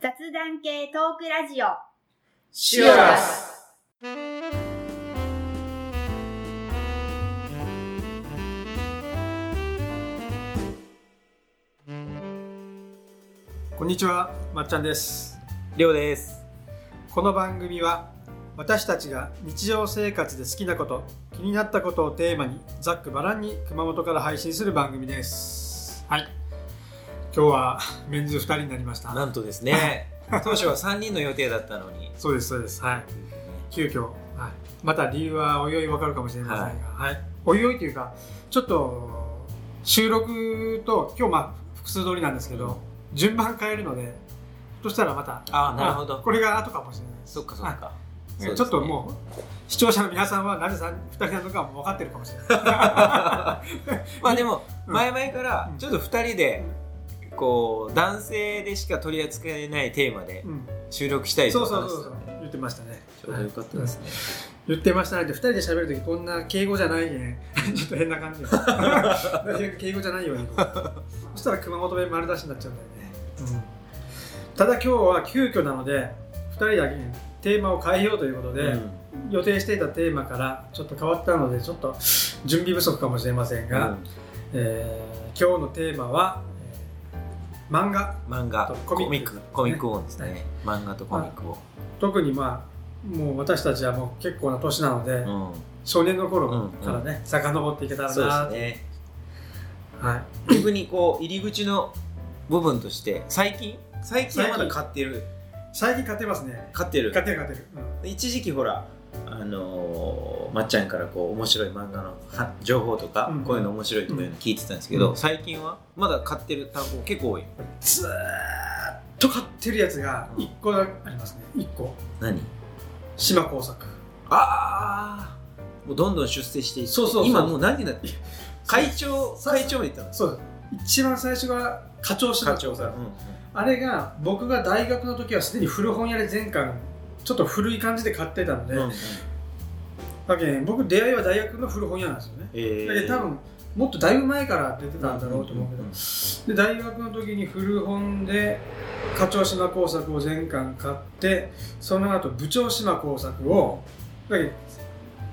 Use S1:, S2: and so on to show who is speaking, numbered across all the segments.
S1: 雑談系トークラジオ。
S2: シュアス
S3: こんにちは、まっちゃんです。
S4: りょうです。
S3: この番組は私たちが日常生活で好きなこと、気になったことをテーマにざっくばらんに熊本から配信する番組です。はい。今日はメンズ2人になりました。
S4: なんとですね、当初は3人の予定だったのに、
S3: そうです、そうです。はい。急遽、はい、また理由はおいおいわかるかもしれませんが、はいおいおいというかちょっと収録と今日まあ複数撮りなんですけど、順番変えるのでそしたらまた
S4: ああ、なるほ
S3: あ
S4: ど。
S3: これが後かもしれないです
S4: そっかそっか。
S3: はい
S4: そうです
S3: ち
S4: ね
S3: ょっともう視聴者の皆さんはなぜ2人なのかも分かってるかもしれない
S4: まあでも、
S3: うん
S4: 前々から
S3: うん
S4: ちょっと2人で、こう、男性でしか取り扱えないテーマで
S3: うん
S4: 収録したい
S3: そ
S4: と
S3: うそう
S4: 話
S3: そう
S4: し
S3: そ
S4: た
S3: う
S4: ので、
S3: 言ってましたね
S4: ちょうどよかったですね。
S3: 言ってましたねって2人で喋るときこんな敬語じゃないね ちょっと変な感じ なるべく敬語じゃないようにそしたら熊本弁丸出しになっちゃうんだよね、ただ今日は急遽なので2人だけにテーマを変えようということで、
S4: うん
S3: 予定していたテーマからちょっと変わったのでちょっと準備不足かもしれませんが、えー今日のテーマは、えー漫画
S4: うん漫画、
S3: コ
S4: コ
S3: ミック
S4: ミック、コミック音ですね。漫画とコミックを。
S3: 特にまあもう私たちはもう結構な年なので、
S4: うん
S3: 少年の頃からね、遡っていけたら
S4: そう
S3: な、
S4: ですね。
S3: はい、
S4: 特にこう、入り口の部分として、最近最近はまだ買ってる。
S3: 最近買ってますね
S4: 買ってる。
S3: 買ってる買ってる、うん
S4: 一時期ほらあのーまっちゃんからこう面白い漫画のは情報とか、
S3: うん
S4: こういうの面白いとかいうの聞いてたんですけど、
S3: うん
S4: 最近はまだ買ってる単語結構多い
S3: ずーっと買ってるやつが1個ありますね1個
S4: 何
S3: 島工作
S4: ああもうどんどん出世していって
S3: そうそうそう
S4: 今もう何になってる会長
S3: そう
S4: 会長に行ったの
S3: そう一番最初が課長島工作
S4: うんうん
S3: あれが僕が大学の時はすでに古本屋で全巻ちょっと古い感じで買ってたので、
S4: うんうん
S3: だけどね僕出会いは大学の古本屋なんですよね
S4: え
S3: だけど多分もっとだいぶ前から出てたんだろうと思うけど、
S4: んんん
S3: で大学の時に古本で課長島工作を全巻買ってその後部長島工作をだけど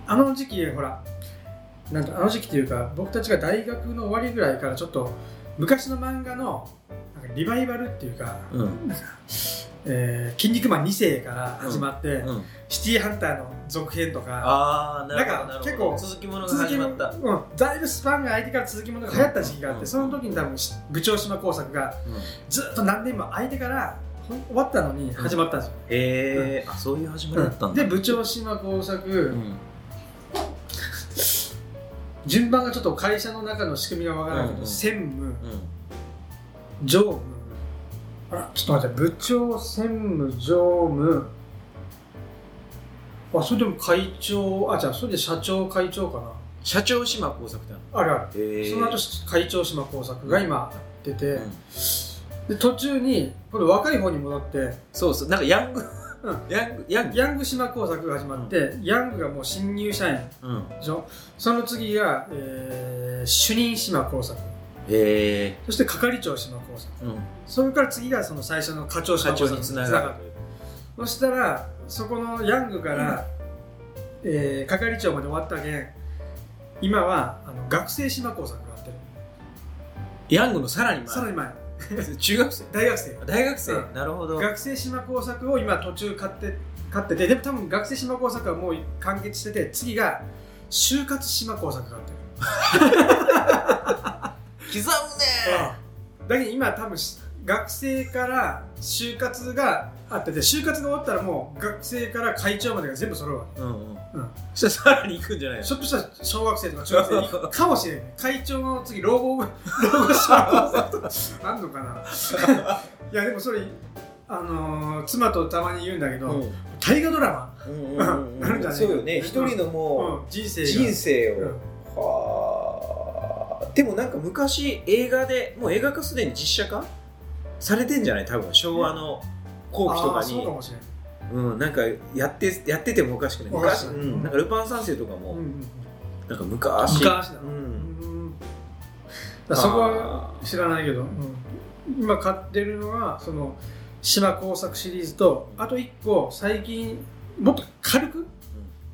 S3: あの時期ほらなんかあの時期というか僕たちが大学の終わりぐらいからちょっと昔の漫画のなんかリバイバルっていうか
S4: うんうん
S3: 「えー筋肉マン2世」から始まって、
S4: うん
S3: シティーハンターの続編とか
S4: ああなるほど
S3: なんか
S4: なるほど
S3: 結構
S4: 続きものが
S3: 続き
S4: 始
S3: も
S4: まった、
S3: うん、だいぶスパンが空いてから続きものが流行った時期があって、
S4: うん
S3: その時に多分し部長島工作が
S4: うん
S3: ずっと何年も空いてからほん終わったのに始まったんですよ、
S4: えーあそういう始まりだったんだ、
S3: で部長島工作、
S4: うん
S3: 順番がちょっと会社の中の仕組みがわからないけど、
S4: うんうん
S3: 専務
S4: うん
S3: 常務あらちょっと待って部長専務常務あそれでも会長あじゃあそれで社長会長かな
S4: 社長島工作ってなの
S3: あるある
S4: へえ
S3: その後会長島工作が今出て、
S4: うん
S3: で途中にこの若い方に戻って
S4: そうそうなんかヤング、
S3: う
S4: ヤングヤング、
S3: ヤング島工作が始まって、ヤングがもう新入社員
S4: うん、
S3: でしょその次が、えー主任島工作
S4: へえ
S3: そして係長島工作
S4: うん
S3: それから次がその最初の課長島
S4: 社
S3: 工
S4: 長
S3: 作
S4: につな
S3: 繋
S4: がる
S3: そしたらそこのヤングから、えー係長まで終わったけん今はあの学生島工作があってる
S4: ヤングのさらに
S3: さら
S4: 前
S3: に前
S4: 中学生
S3: 大学生
S4: 大学生、
S3: うん
S4: なるほど
S3: 学生島工作を今途中買って買っててでも多分学生島工作はもう完結してて次が就活島工作があってる
S4: 刻むね
S3: だけど今多分し学生から就活があってて就活が終わったらもう学生から会長までが全部揃うわ
S4: うんうん
S3: うん
S4: そしたらさらに行くんじゃない
S3: け
S4: の
S3: ちょっとしたら小学生とか中学生に行くかもしれない会長の次老後 老後者あんのかな いやでもそれあのー妻とたまに言うんだけど、
S4: うん
S3: 大河ドラ
S4: うんうん
S3: なるんじゃない
S4: そうよね一人の
S3: マ、
S4: も
S3: うん人生
S4: う
S3: が
S4: 人生を、
S3: うん
S4: はあでもなんか昔映画でもう映画化すでに実写化されてんじゃない多分昭和の後期と
S3: あ
S4: か
S3: ー
S4: に
S3: そうかもしれない、
S4: うん、なんかやってやっててもおかしくない
S3: おかしくない
S4: うん、なんかルパン三世とかも、
S3: うんうんうん、
S4: なんか昔
S3: 昔だ
S4: う、
S3: うんんだからそこは知らないけど、うん今買ってるのはその島工作シリーズとあと1個最近もっと軽く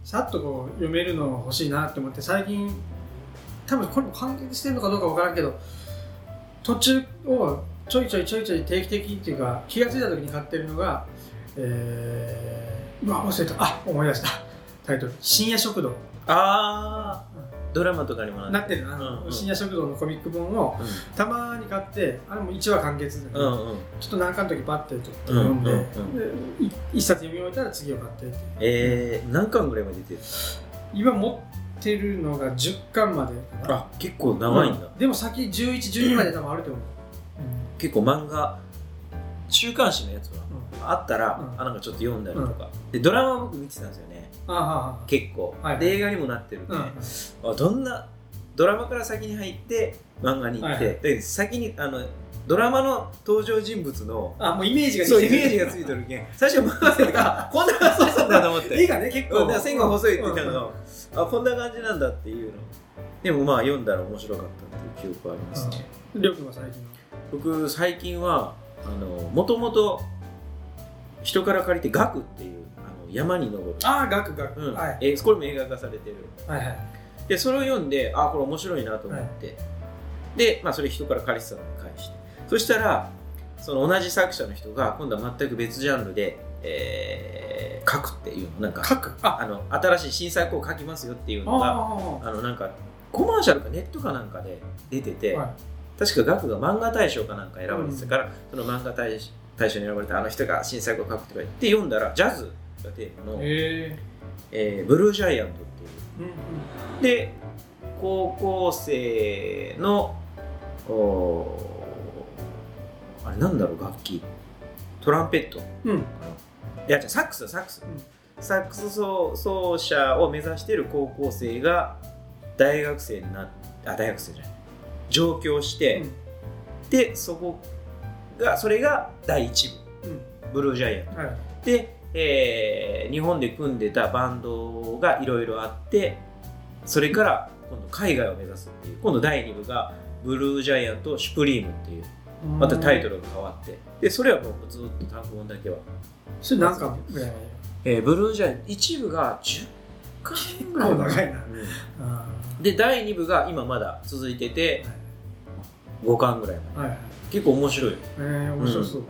S3: さっとこう読めるの欲しいなって思って最近多分これも完結してるのかどうかわからんけど途中をちょいちょいちょいちょい定期的っていうか気が付いた時に買ってるのがえー、うわ忘れたあ思い出したタイトル「深夜食堂
S4: あードラマとかにも」
S3: な
S4: な
S3: ってるな、あの
S4: うんうん
S3: 深夜食堂のコミック本をたまに買ってあれも1話完結、
S4: うんうんうん
S3: ちょっと何かの時バッてちょっと読んで,、
S4: うん
S3: でい一冊読み終えたら次を買ってって
S4: えー、何巻ぐらいまで出てる
S3: 今持ってるのが10巻までかな
S4: あ結構長いんだ、
S3: でも先1112まで多分あると思う、
S4: 結構漫画週刊誌のやつは、あったら、
S3: うん
S4: あなんかちょっと読んだりとか、でドラマ僕見てたんですよね
S3: あはは
S4: 結構、
S3: はい
S4: で映画にもなってるんで、
S3: は
S4: あどんなドラマから先に入って漫画に行って、
S3: はい
S4: で先にあのドラマの登場人物の
S3: あもうイメージが
S4: そうイメージ
S3: が
S4: がついてるけん最初漫画 生がこんな感じなんだと思って
S3: 絵がね結
S4: う
S3: 構
S4: んだから線が細いって言った
S3: うん
S4: の、あこんな感じなんだっていうのでもまあ読んだら面白かったっていう記憶はありますね、
S3: りょうくんは最近の
S4: 僕最近はあのもともと人から借りて「岳」っていうあの山に登る、
S3: ああガクガク、
S4: うん
S3: はい、
S4: えこれも映画化されてる
S3: はいはい
S4: でそれを読んであこれ面白いなと思って、で、まあ、それ人から借りてたのに返してそしたらその同じ作者の人が今度は全く別ジャンルで、えー書くっていうのなんか
S3: 書くあ
S4: あの新しい新作を書きますよっていう
S3: あ
S4: のがあ
S3: ー
S4: のなんかコマーシャルかネットかなんかで出てて、
S3: は
S4: 確かガクが漫画大賞かなんか選ばれてたから、その漫画大賞大賞に選ばれたあの人が新作を書くとか言って読んだらジャズがテーマの
S3: い、へえ
S4: えーブルージャイアントっていう
S3: うんうん
S4: で高校生のおーあれなんだろう楽器トランペットい
S3: うん
S4: や違うサックスだサックス、サックス奏奏者を目指している高校生が大学生になっあ大学生じゃない上京して、でそこがそれが第一部、ブルージャイアン
S3: うんはい
S4: で、えー日本で組んでたバンドがいろいろあってそれから今度海外を目指すっていう今度第2部が「ブルージャイアント・シュプリーム」っていうまたタイトルが変わってでそれはもうずっと単行本だけは、
S3: それ何巻ぐらい
S4: えーブルージャイアント1部が10巻ぐらい
S3: 結構長いな
S4: う
S3: あ
S4: んで第2部が今まだ続いてて5巻ぐらいま
S3: ーは
S4: で
S3: いはい
S4: 結構面白いよ
S3: えー、面白そう、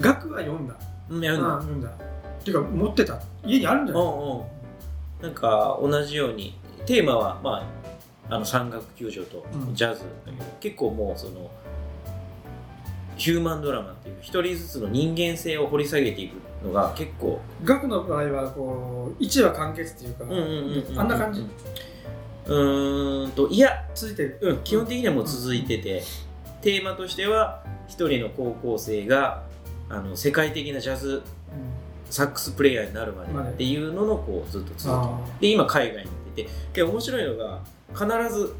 S3: 学は読んだ
S4: うんやるんだ
S3: あ読んだっていうか持ってた家にあるんじゃ
S4: う
S3: ない
S4: んうんなんか同じようにテーマは、まあ、あの山岳救助と
S3: うん
S4: ジャズだけど、結構もうそのヒューマンドラマっていう一人ずつの人間性を掘り下げていくのが結構、
S3: 学の場合はこう1話完結っていうか、あんな感じ
S4: うーんといや、
S3: 続いてる、
S4: うん、基本的にはもう続いてて、テーマとしては一人の高校生があの世界的なジャズサックスプレイヤーになるまでっていうののこうずっと続いて
S3: あ
S4: で今海外に行っててで面白いのが必ず、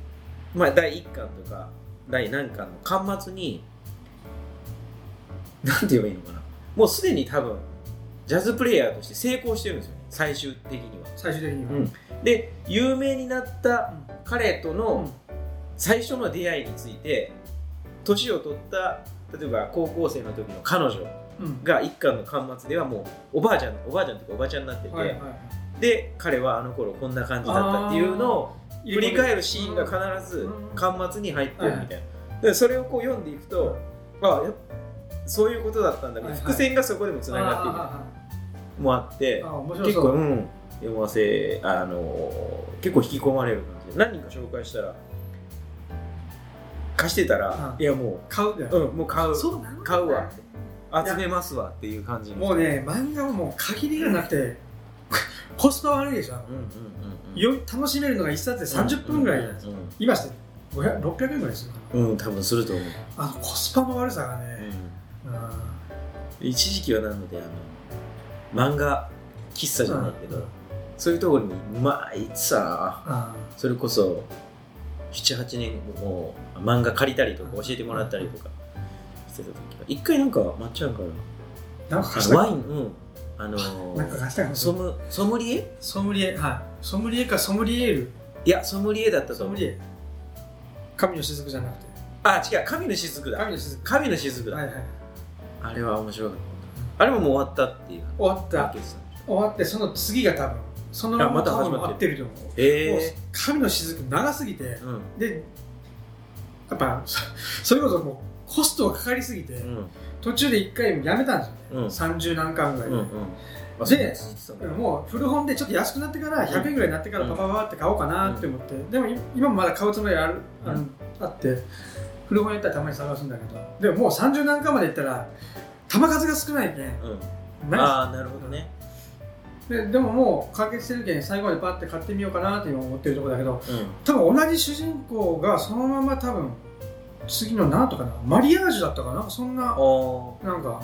S4: まあ、第1巻とか第何巻の巻末になんて言えばいいのかなもうすでに多分ジャズプレイヤーとして成功してるんですよね最終的には
S3: ー最終的には、
S4: うんで有名になった彼と
S3: う
S4: の
S3: ん
S4: 最初の出会いについて年を取った例えば高校生の時の彼女
S3: うん
S4: が1巻の巻末ではもうおばあちゃんおばあちゃんとかおばあちゃんになってて、
S3: はいは
S4: で彼はあの頃こんな感じだったっていうのを
S3: い、
S4: 振り返るシーンが必ず
S3: うん
S4: 巻末に入ってるみたいなでそれをこう読んでいくとあやっぱそういうことだったんだけ
S3: はい
S4: ど
S3: はい
S4: 伏線がそこでもつながっていくのもあって
S3: あーあーあー面白
S4: 結
S3: そう
S4: 構うん読ませあのー結構引き込まれる感じで何人か紹介したら貸してたら
S3: うん
S4: いやも
S3: 買うじゃ
S4: ううんもう買う
S3: そうなんだ
S4: 買うわ集めますわっていう感じの
S3: もうね漫画はもう限りがなくてコスパ悪いでしょ
S4: うんうんうんうん
S3: よ楽しめるのが1冊で30分ぐらいじゃないですか、
S4: うん
S3: 今して500 600円ぐらいするか
S4: うん多分すると思う
S3: なあのコスパの悪さがね、うん
S4: 一時期はなのであの漫画喫茶じゃないけど、そういうところに毎さ
S3: あ
S4: それこそ78年もう漫画借りたりとか教えてもらったりとかしてた時は一回なんかまっちゃんから
S3: ーなんか貸し
S4: あの
S3: た
S4: ワインうんあの
S3: なんか
S4: ー
S3: 貸したかな
S4: ソムソムリエ
S3: ソムリエはいソムリエかソムリエール
S4: いやソムリエだったと
S3: ソ
S4: 思
S3: ム
S4: う
S3: リエ神の雫じゃなくて
S4: あ違う神の雫だ
S3: 神の雫
S4: 神の雫だ、
S3: はいはい
S4: あれは面白かったあれももう終わったっていう
S3: 終わった
S4: けですよ
S3: 終わってその次が多分その
S4: いやまた始まって
S3: 合
S4: る
S3: ってると思うもう
S4: え
S3: 神の雫長すぎて
S4: えうん
S3: でやっぱそそれこそもうコストがかかりすぎて、
S4: うん
S3: 途中で一回もうやめたんですよね、
S4: うん
S3: 30何巻ぐらいで、
S4: うんうん
S3: で
S4: そうです
S3: でももう古本でちょっと安くなってから
S4: うん
S3: 100円ぐらいになってからパパパって買おうかなって思って、でもい今もまだ買うつもりあるあの
S4: う
S3: あって古本屋行ったらたまに探すんだけどでももう30何巻まで行ったら玉数が少ないけん
S4: うん
S3: な
S4: ああなるほどね
S3: ででももう完結してるけん最後までパッて買ってみようかなって今思ってるところだけど
S4: うん
S3: 多分同じ主人公がそのまま多分次のなんとかなマリアージュだったかななんかそんな
S4: おー
S3: なんか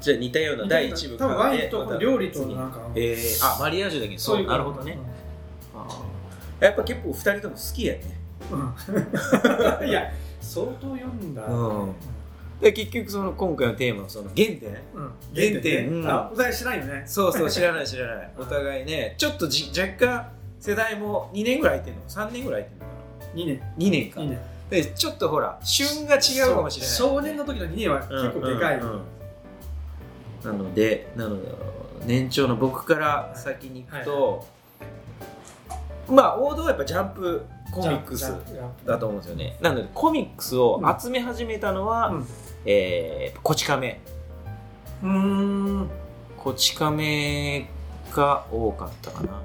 S4: じゃあ似たような第一部
S3: 多分
S4: から
S3: ワ
S4: ね
S3: インと
S4: また
S3: 料理と
S4: 次
S3: なんか
S4: ええあマリアージュだけどそうなるほどね、やっぱ結構二人とも好きやね
S3: うん いや相当読んだ、
S4: うんで結局その今回のテーマはその原点
S3: うん
S4: 原点うん
S3: あお題しないよね
S4: そうそう知らない知らないお互いねちょっとじ若干世代も2年ぐらい空いてんの3年ぐらい空いてんのか
S3: 2年
S4: な2年か
S3: 2年
S4: でちょっとほら旬が違うかもしれない
S3: そう少年の時の2年は結構でかい、
S4: うんうんうんなのでなので年長の僕から先に行くと、まあ王道はやっぱジャンプコミックスだと思うんですよねなのでコミックスを集め始めたのは、
S3: うん
S4: えーこち亀
S3: うーん
S4: こち亀が多かったかな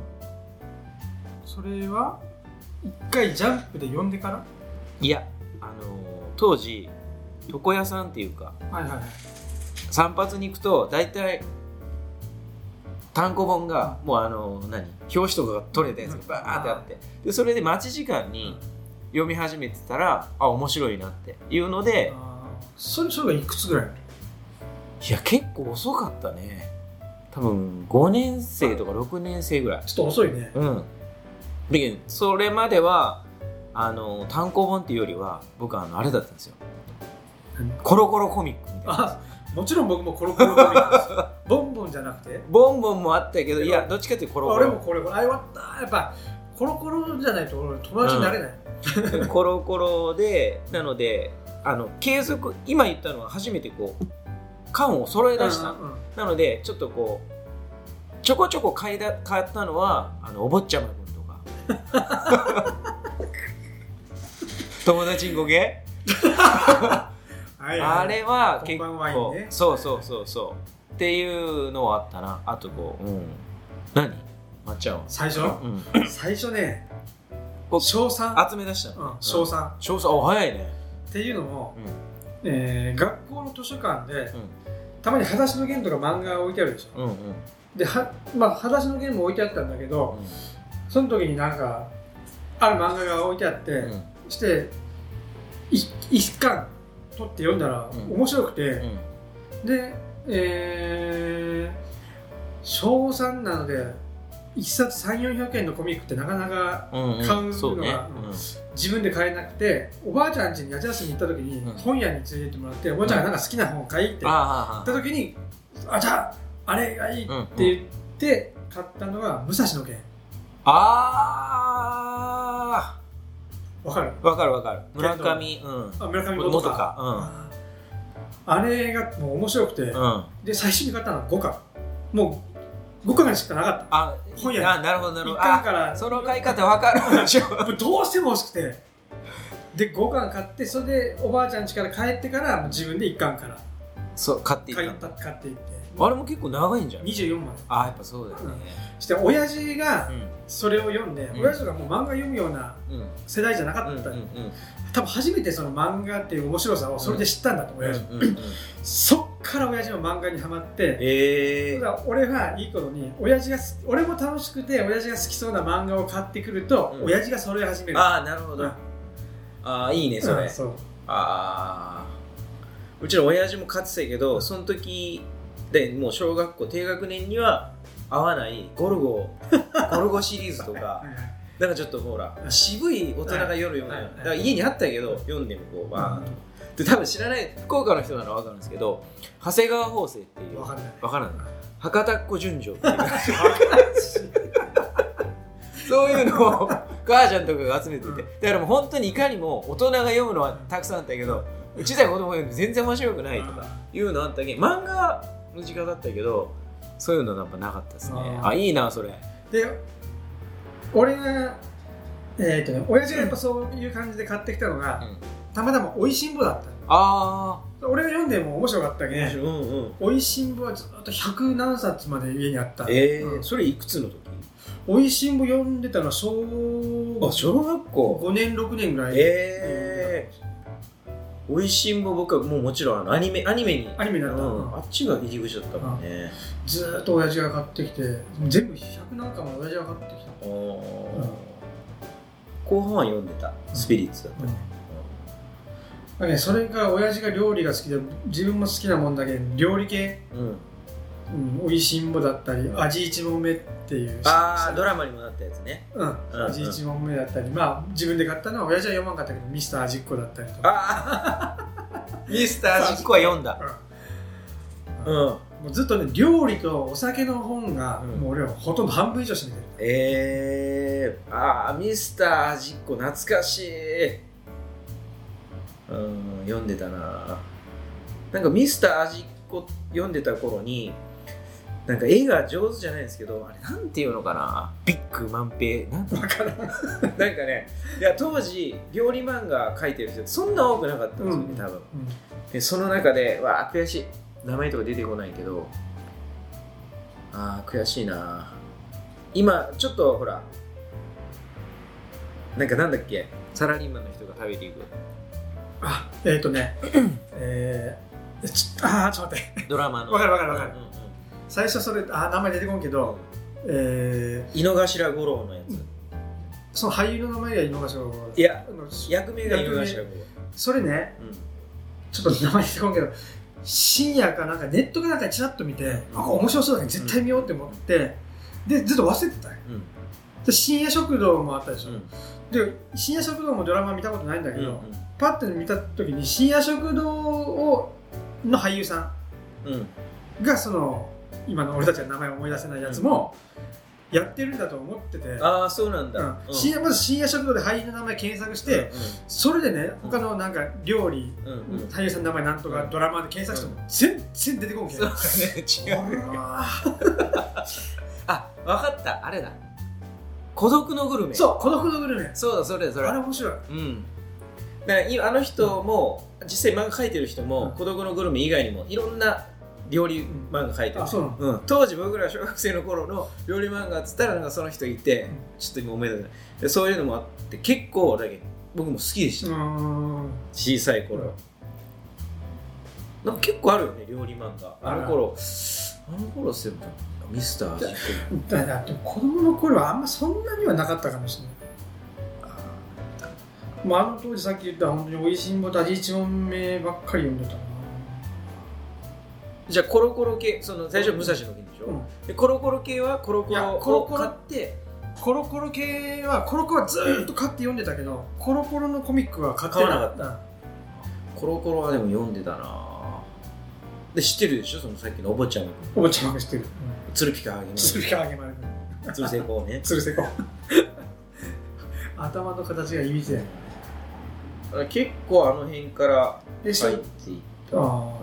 S3: それは1回ジャンプで読んでから
S4: いやあのー当時床屋さんっていうか
S3: はいはいはい
S4: 散髪に行くと大体単行本がもうあの何表紙とかが取れたやつ
S3: うん
S4: がバーってあってでそれで待ち時間に読み始めてたらあ面白いなっていうので
S3: あーそれそれがいくつぐらい
S4: いや結構遅かったね多分5年生とか6年生ぐらい
S3: ちょっと遅いね
S4: うんでそれまではあの単行本っていうよりは僕あのあれだったんですよ
S3: 何
S4: コロコロコミックみたい な
S3: あもちろん僕もコロコロコミック スボンボンじゃなくて
S4: ボンボンもあったけどいやどっちかっていうとコロコ
S3: 俺
S4: ロ
S3: もこれこれあ終わったやっぱコロコロじゃないと俺友達になれない、
S4: コロコロでなのであの継続今言ったのは初めてこう缶を揃え出した、
S3: うんうん
S4: なのでちょっとこうちょこちょこ買いだ買ったのはあのお坊ちゃま君とか 友達んごけ
S3: はいはい
S4: あれは結
S3: こんばん
S4: 構、
S3: はね
S4: そうそうそうそうっていうのはあったなあとこう、うん、何まっちゃんは、
S3: 最初
S4: うん、
S3: 最初ね
S4: こう
S3: 小3
S4: 集め出した
S3: う
S4: の、
S3: ん小3っ
S4: 小三お早いね、
S3: ていうのも、えー学校の図書館で
S4: うん
S3: たまに「裸足の弦」とか漫画が置いてあるでしょ
S4: うんうんうん
S3: では、まあ、裸足の弦も置いてあったんだけどその時になんかある漫画が置いてあって、
S4: うん
S3: してい一巻取って読んだら
S4: うん
S3: 面白くて、
S4: うん
S3: で、えー、小3なので1冊3400円のコミックってなかなか
S4: うんうん
S3: 買うのが
S4: そうね
S3: 自分で買えなくておばあちゃん家に夏休み行った時に
S4: うん
S3: 本屋に連れて行ってもらって、おばあちゃんがなんか好きな本を買いって
S4: うん、
S3: 言っ
S4: ああああ
S3: た時にあじゃああれがいいっ
S4: うん
S3: て言って買ったのが「武蔵の剣
S4: あ」
S3: わかる
S4: ーわかるわかる村上うん
S3: あ村上
S4: 元
S3: 元
S4: か
S3: か
S4: う
S3: あれがもう面白くて、
S4: んうん
S3: で最初に買ったのは5巻もう5巻しかなかった
S4: あ
S3: 本屋
S4: あなるほどなる
S3: 1
S4: ほど
S3: 巻
S4: あ
S3: から
S4: その買い方わかるでしょ
S3: もうどうしても欲しくてで5巻買ってそれでおばあちゃん家から帰ってからもう自分で1巻から
S4: そう買ってい
S3: 買い
S4: った
S3: 買っていって
S4: あれも結構長いんじゃん
S3: 24まで
S4: あやっぱそうだよね
S3: して親父が
S4: う
S3: それを読んで、
S4: うん
S3: 親父がもう漫画読むようなん
S4: うん
S3: 世代じゃなか
S4: うん
S3: った、
S4: うんうん
S3: 多分初めてその漫画っていう面白さをそれで知ったんだと、親父
S4: うんうん
S3: そっから親父の漫画にはまって
S4: え
S3: た
S4: ー
S3: だ俺はいい頃に親父が好き俺も楽しくて親父が好きそうな漫画を買ってくると、
S4: うん
S3: 親父がそれを始める
S4: ああなるほ
S3: う
S4: ど
S3: ん
S4: ああいいねそ
S3: うん
S4: れ
S3: そう
S4: あーうちの親父も勝ってたけどその時でもう小学校低学年には合わないゴル ゴゴルゴシリーズとか
S3: はいはい
S4: なんかちょっとほら渋い大人が夜読むの
S3: はいはい
S4: よだから家にあったけど読んでもこうバーンとで多分知らない福岡の人なら分かるんですけど長谷川法政っていう
S3: わかんない
S4: 分からない博多っ子純情っていう そういうのを母ちゃんとかが集めてて、
S3: うん
S4: だからもう本当にいかにも大人が読むのはたくさんあったけどうちだけ子供が読んで全然面白くないとかいうのあったけど漫画ムジカだったけどそういうのやっぱなかったですね
S3: あー
S4: あいいなそれ
S3: で俺がえっ、とね親父がやっぱそういう感じで買ってきたのが、
S4: うん
S3: たまたま「おいしんぼ」だっ
S4: あ
S3: た俺が読んでも面白かったけ
S4: あ、
S3: ど、
S4: うんうん
S3: おいしんぼはずっと100何冊まで家にあった、
S4: えー
S3: うん
S4: それいくつの時
S3: おいしんぼ読んでたのは小5
S4: あ小学校
S3: 年6年ぐらい、
S4: ええー、おいしんぼ僕はもうもちろんあのアニメアニメに
S3: アニメに
S4: う
S3: なった、
S4: ん、あっちが入り口だったもんね
S3: ずーっと親父が買ってきて全部100何巻も親父が買ってきた、
S4: あー後半は読んでたスピリッツだった、
S3: だね、それから親父が料理が好きで自分も好きなもんだけど料理系、
S4: うん、
S3: うん、おいしんぼだったり、
S4: うん
S3: 味一問目っていう
S4: ああドラマにもなったやつね
S3: うん、
S4: うん
S3: 味一問目だったり、まあ、自分で買ったのは親父は読まんかったけどミスター味っ子だったりとか、
S4: ああ ミスター味っ子は読んだ
S3: うん
S4: ん
S3: もうずっとね料理とお酒の本が、
S4: うん
S3: もう俺はほとんど半分以上占めてる
S4: えー、ああミスター味っ子懐かしいうん読んでたななんかミスター味っ子読んでた頃になんか絵が上手じゃないんですけどあれなんていうのかなビッグマンペイなん
S3: だから
S4: なんかねいや当時料理漫画描いてる人ってそんな多くなかったんですよね、
S3: うん
S4: 多分
S3: うん
S4: でその中でわあ悔しい名前とか出てこないけどあー悔しいな今ちょっとほらなんかなんだっけサラリーマンの人が食べていく
S3: あえっ、ー、とね えー、ちょああちょっと待って
S4: ドラマの
S3: わかるわかるわかる
S4: うんうんうん
S3: 最初それあー名前出てこんけど、え
S4: 井の頭五郎のやつ、
S3: うー、その俳優の名前が井の頭を
S4: いや
S3: あの
S4: 役名が井の頭五郎、
S3: それね
S4: うん
S3: ちょっと名前出てこんけど深夜かなんかネットかなんかにちらっと見てなんか面白そうだね絶対見ようって思って、でずっと忘れてたよ
S4: うん
S3: で深夜食堂もあったでしょ、
S4: うん
S3: で深夜食堂もドラマ見たことないんだけ
S4: うん
S3: ど、パッて見た時に深夜食堂をの俳優さ
S4: うんうん
S3: んがその今の俺たちが名前を思い出せないやつもやってるんだと思ってて、
S4: ああそうなんだ、
S3: うん深夜まず深夜食堂で俳優の名前検索して、それでね他のなんか料理、
S4: うんうんうんうん
S3: 俳優さんの名前なんとか
S4: うん
S3: ドラマで検索しても全然出てこんけ
S4: そ
S3: ど、
S4: うだね違う
S3: あー
S4: あわかったあれだ孤独のグ ルメ
S3: そう孤独のグルメ
S4: そうだそれだそれ
S3: あれ面白い
S4: うん、だから今あの人も、実際漫画描いてる人も、孤独のグルメ以外にもいろんな料理漫画描いてる
S3: あ、そうなの
S4: うん当時僕ら小学生の頃の料理漫画っつったらなんかその人いて、ちょっと今思い出せないでそういうのもあって結構だけど僕も好きでした、
S3: うーん
S4: 小さい頃、なんか結構あるよね料理漫画あの頃あの頃っすよミスター味っ子
S3: だだって子供の頃はあんまそんなにはなかったかもしれないまあ、あの当時さっき言った本当においしんぼと味一問目ばっかり読んでたな
S4: じゃあコロコロ系その最初武蔵の県でしょ、でコロコロ系はコロコ
S3: い
S4: ロ
S3: やコロ
S4: を
S3: コロ
S4: 買って
S3: コロコロ系はコロコロはずーっと買って読んでたけどコロコロのコミックは買って
S4: 買わなコロコロはでも読んでたなで知ってるでしょそのさっきのお坊ちゃん
S3: おばちゃんがしてる
S4: 鶴ピカあげの
S3: 鶴川げまる
S4: 鶴瀬公 ね
S3: 鶴瀬子 頭の形がいびつやね
S4: 結構あの辺から
S3: でしょ、
S4: 入っていった
S3: あ
S4: かな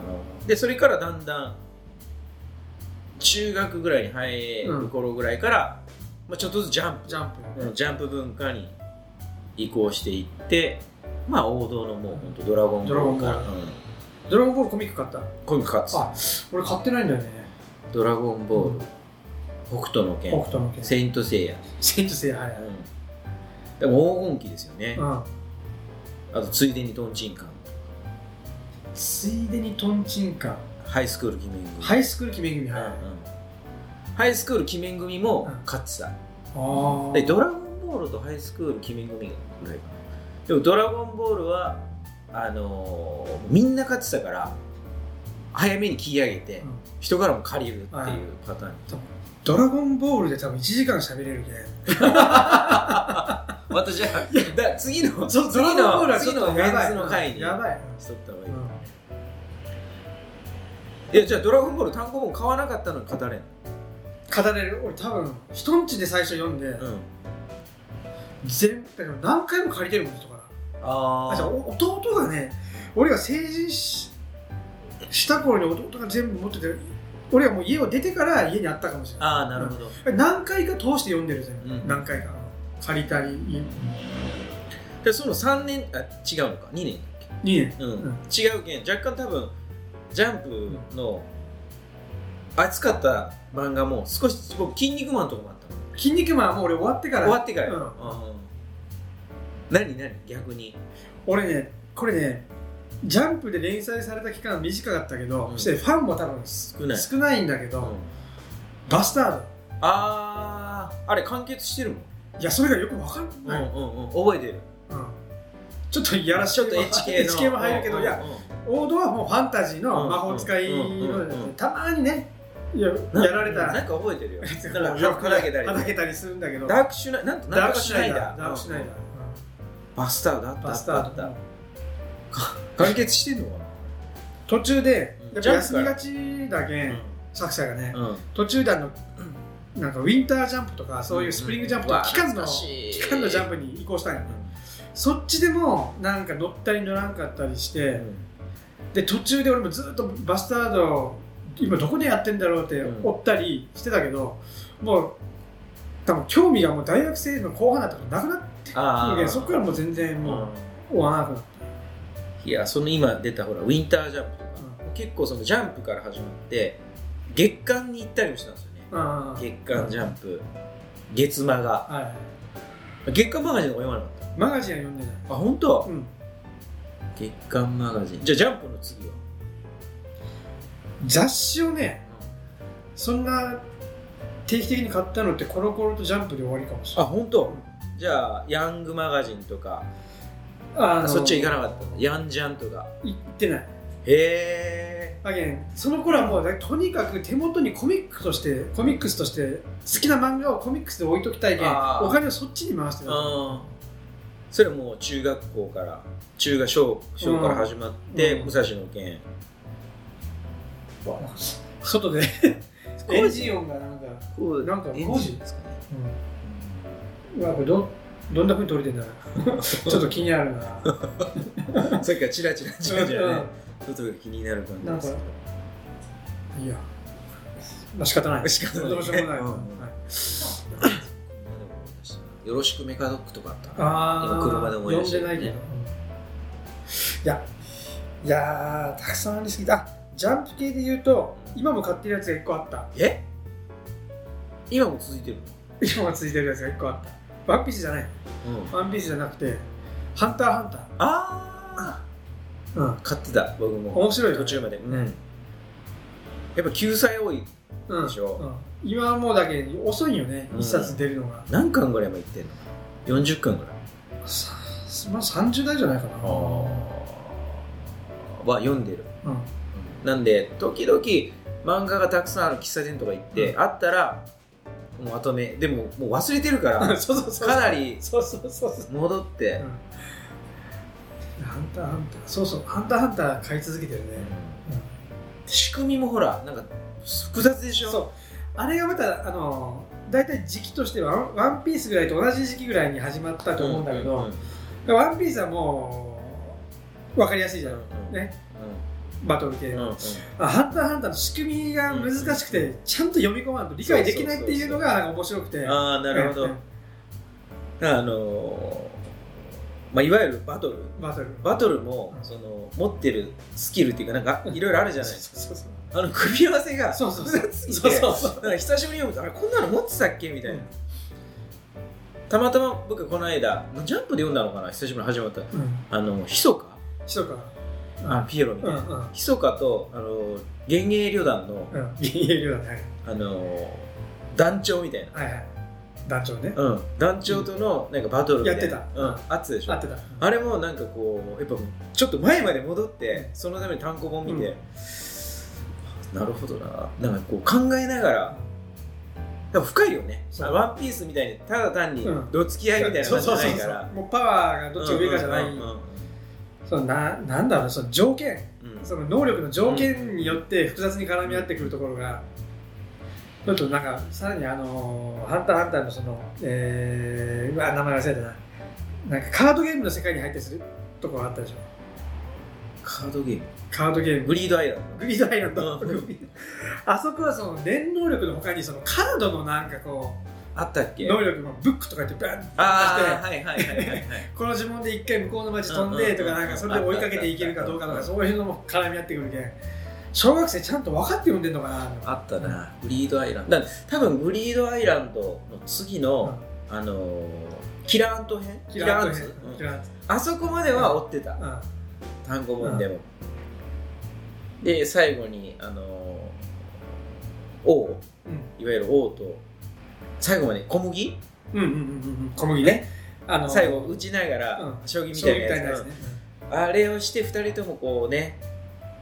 S4: でそれからだんだん中学ぐらいに入る頃ぐらいから、まあ、ちょっとずつジャ
S3: ー
S4: ンプ
S3: ジャンプ、
S4: うんジャンプ文化に移行していってまあ王道のもう本当ドラゴンボールから
S3: ドラ
S4: うん
S3: ドラゴンボールコミック買った
S4: コミック買ってた
S3: あ俺買ってないんだよね
S4: ドラゴンボール、北斗の
S3: 北
S4: 拳
S3: 斗の拳
S4: セイントセイヤ
S3: 千と千はいはい
S4: でも黄金期ですよね、
S3: うん
S4: あとついでにトンチンカン
S3: ついでにトンチンカン
S4: ハイスクール鬼面組、
S3: ハイスクール決め組はい、
S4: うんハイスクール鬼面組も勝ってた、
S3: ああ
S4: でドラゴンボールとハイスクール鬼面組ぐらいかなでもドラゴンボールはあのーみんな勝ってたから早めに切り上げて、
S3: うん
S4: 人からも借りるっていうパターン、
S3: ドラゴンボールで多分1時間喋れるね
S4: またじゃあだ次の
S3: そう
S4: 次
S3: ドラゴンボール
S4: の
S3: はちょっ
S4: 次
S3: と
S4: のメ
S3: や
S4: ン
S3: ばい
S4: ツの回に
S3: やばい
S4: しとった方がいい、
S3: う
S4: いやじゃあ「ドラゴンボール」単行本買わなかったのに語れん
S3: ん語れる俺多分人んちで最初読んで、
S4: うん
S3: 全だから何回も借りてるもんとから
S4: あ
S3: あじゃあお弟がね俺が成人しした頃に弟が全部持ってて俺はもう家を出てから家にあったかもしれない
S4: ああなるほど、
S3: 何回か通して読んでるじゃん、
S4: うん
S3: 何回か借りたり
S4: でその3年あ違うのか2年
S3: 2年
S4: うん、
S3: うん
S4: 違うけん若干多分ジャンプの熱かった漫画も少し僕「筋肉マン」とかもあったの
S3: 「筋肉マン」はもう俺終わってから
S4: 終わってから、
S3: うん
S4: うん何何逆に
S3: 俺ねこれねジャンプで連載された期間は短かったけど、
S4: うん
S3: そしてファンも多分少
S4: 少な
S3: な
S4: い、
S3: いんだけど、
S4: うん
S3: バスタード
S4: あーあれ完結してるもん、
S3: いやそれがよく分かんない、
S4: うんうんうん覚えてる
S3: うんちょっといやらし
S4: ちょっと HK の
S3: HK も入るけど、いや王道はもうファンタジーの魔法使いの、
S4: うんうんうんうん
S3: たまにねいやや
S4: うんうん
S3: られた
S4: な
S3: ら
S4: んか覚えて るよなんか
S3: よく
S4: 砕けたり
S3: 砕けたりするんだけど
S4: ダークシュナイなんとなんとかシュナイダー
S3: ダークシュナイダー
S4: うんバスターだった
S3: バ
S4: あ
S3: ス
S4: っ
S3: タ
S4: たあ
S3: ー
S4: っ
S3: ド
S4: た完結してんのか
S3: 途中で
S4: う
S3: や
S4: ん
S3: っぱ休みがちだけん作者がね
S4: なうん
S3: 途中であのなんかウィンタージャンプとかそういうスプリングジャンプとか期間の期間のジャン
S4: プ
S3: プに移行したんやねそっちでもなんか乗ったり乗らんかったりしてで途中で俺もずっとバスタード今どこでやってんだろうって
S4: うん
S3: 追ったりしてたけどもう多分興味がもう大学生の後半だったからなくなって
S4: あ
S3: るけ
S4: あ
S3: どそこからもう全然もう終わらなくなっ
S4: いやその今出たほらウィンタージャンプとか結構そのジャンプから始まって月間に行ったりもしたんですよね
S3: たうんはい
S4: 月間ジャンプ月間が
S3: はい
S4: 月間マガジンとか読まなかっ
S3: マガジンは読んでない
S4: たあ本当、
S3: うん
S4: 月間マガジンじゃあジャンプの次は
S3: 雑誌をねそんな定期的に買ったのってコロコロとジャンプで終わりかもしれ
S4: あ
S3: ない
S4: 本当じゃあヤングマガジンとか
S3: あの
S4: そっちは行かなかったんだヤンジャンとか
S3: 行ってない
S4: へえ
S3: あげんその頃はもうねとにかく手元にコミックとしてコミックスとして好きな漫画をコミックスで置いときたいけん
S4: あー
S3: お金をそっちに回してた
S4: うんそれもう中学校から中学小小から始まって、
S3: うん
S4: 武蔵野県
S3: 外 でエンジン音がなんか、
S4: こう
S3: なんか
S4: エンジンですかね
S3: うわこれどどんなふうに撮れてんだろ うちょっと気になるな
S4: さっきからチラチラチラチラね外が気になる感じですけど
S3: うんいやまあ仕方ない
S4: 仕方ない
S3: どうしようもない、
S4: うん
S3: はい
S4: よろしくメカドックとかあったな
S3: ああ
S4: 今車で思い出して
S3: 読んでないけど、うんいやいやーたくさんありすぎたあジャンプ系で言うと今も買ってるやつが1個あった
S4: え今も続いてる
S3: 今もついてるやつが1個あったワンピースじゃない
S4: の、うん、
S3: ワンピースじゃなくてハンターハン
S4: あ
S3: ターうん
S4: あ買ってた僕も
S3: 面白いよね
S4: 途中までうんやっぱ救済多い
S3: うん
S4: でしょ
S3: うん今はもうだけど遅いよね、
S4: うん
S3: 一冊出るのが
S4: 何巻ぐらいまでいってんの40巻ぐらい
S3: さまあ30代じゃないかな
S4: は読んでる
S3: うん
S4: なんで時々漫画がたくさんある喫茶店とか行って、
S3: う
S4: あったらもうまとめでももう忘れてるから
S3: そうそうそう
S4: かなり
S3: そうそうそうそう
S4: 戻って、
S3: うんハンターハンターそうそうハンターハンター買い続けてるね、うん
S4: 仕組みもほらなんか複雑でしょ
S3: そうあれがまたあの大体時期としてはワンワンピースぐらいと同じ時期ぐらいに始まったと思うんだけど、
S4: うんうん
S3: ワンピースはもう分かりやすいじゃん、
S4: うん
S3: ねバトル系、
S4: うんうん
S3: あハンターハンターの仕組みが難しくて、
S4: う
S3: ちゃんと読み込まんと理解できないっていうのが面白くて
S4: ああなるほど、
S3: うん
S4: あのーまあ、いわゆるバトル
S3: バトル
S4: バトルも
S3: うん
S4: その持ってるスキルっていうかなんかいろいろあるじゃないですか
S3: そうそう
S4: あの組み合わせが
S3: そうそうそう
S4: 複雑すぎて
S3: そうそうそう
S4: なんか久しぶりに読むとあれこんなの持ってたっけみたいな、たまたま僕この間ジャンプで読んだのかな久しぶりに始まった
S3: うん
S4: あのひそか
S3: ひそか
S4: あピエロみた
S3: う
S4: い
S3: んう
S4: な、
S3: ん
S4: ひそかとあの幻影旅団の、
S3: うん銀営業だね
S4: あの団長みたいな、
S3: はいはい団長ね
S4: うん、団長とのなんかバトルみたいな、
S3: やってた
S4: うん、あったでしょ
S3: 合ってた
S4: あれもなんかこうやっぱちょっと前まで戻ってそのために単行本見て、なるほどななんかこう考えながらでも深いよね
S3: そう
S4: あワンピースみたいにただ単に
S3: うん
S4: どつき合いみたいな
S3: そ
S4: 感
S3: う
S4: じじ
S3: そ
S4: ゃ
S3: う
S4: な
S3: そう
S4: いか
S3: そ
S4: ら
S3: うもうパワーがどっちが上かじゃない、
S4: うんうんうん
S3: そのななんだろうその条件
S4: うん
S3: その能力の条件によって複雑に絡み合ってくるところが、ちょっとなんか、さらにあのーハンターハンターのその、えー、うわ、名前忘れたな、なんかカードゲームの世界に入ってするところがあったでしょ。
S4: カードゲーム
S3: カードゲーム
S4: グリードアイラン
S3: グリードアイランド、
S4: う
S3: あそこはその念能力の他にそのカードのなんかこ
S4: ドあったっ
S3: う
S4: け
S3: 能力のブックとかってバンって出して
S4: ああはいはいはい はいはい
S3: この呪文で一回向こうの町飛んでとか
S4: うんうん
S3: な
S4: う
S3: んんかそれで追いかけていけるかどうかとかそういうのも絡み合ってくるけん小学生ちゃんと分かって読んでんのかな
S4: あったなグリードアイランドだから多分グリードアイランドの次の、あのーキラーント編
S3: キラーン
S4: キ
S3: と
S4: ラ
S3: ね
S4: ント編
S3: キラーンと
S4: あそこまでは追ってた、
S3: うん
S4: 単語文でも、で最後にあのー王いわゆる王と最後まで小麦
S3: うんうんうんうんうん小麦ねあの
S4: 最後打ちながら、
S3: う
S4: 将棋み
S3: 将
S4: た
S3: 棋み
S4: いな
S3: た
S4: や
S3: い
S4: つ
S3: なやつね
S4: あれをして2人ともこうね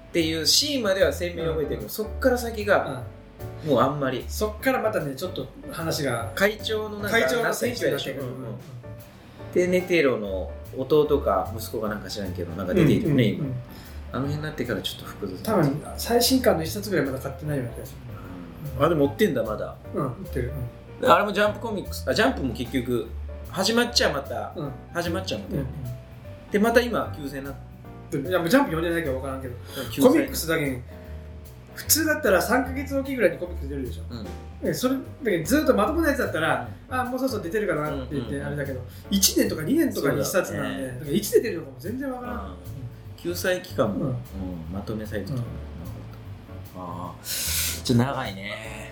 S4: っていうシーンまでは鮮明に覚えてるけど、そっから先
S3: う
S4: が
S3: ん
S4: もうあんまり
S3: そっからまたねちょっと話が
S4: 会長のなんか
S3: 会長
S4: な
S3: の
S4: った
S3: 選
S4: 人
S3: 手に
S4: で
S3: なっ
S4: してょ
S3: くる
S4: うんうんでネテロの弟か息子かなんか知らんけどなんか出ているよね、
S3: うんうん
S4: 今あの辺になってからちょっと複雑に
S3: 多
S4: なってる
S3: 分最新刊の一冊ぐらいまだ買ってないような気がす
S4: うんあでも追ってんだまだ
S3: るうん売ってる
S4: あれもジャンプコミックスあジャンプも結局始まっちゃまた
S3: うんうん
S4: 始まっちゃまた、
S3: うん
S4: でまた今休戦な
S3: うんいやもうジャンプ読んでないから分からんけど
S4: 休
S3: コミックスだけに普通だったら3か月おきぐらいにコミックス出るでしょ、
S4: うん
S3: えそれだけどずっとまともなやつだったら、あもうそろそろ出てるかなって言っ
S4: うんうん
S3: て
S4: うん
S3: あれだけど、1年とか2年とかに1冊なん
S4: そ
S3: でだ、
S4: うだよね
S3: からいつ出てるのかも全然わからん、
S4: 救済期間も、
S3: うん
S4: うんまとめサイトとかもなかった、ああちょっと長いね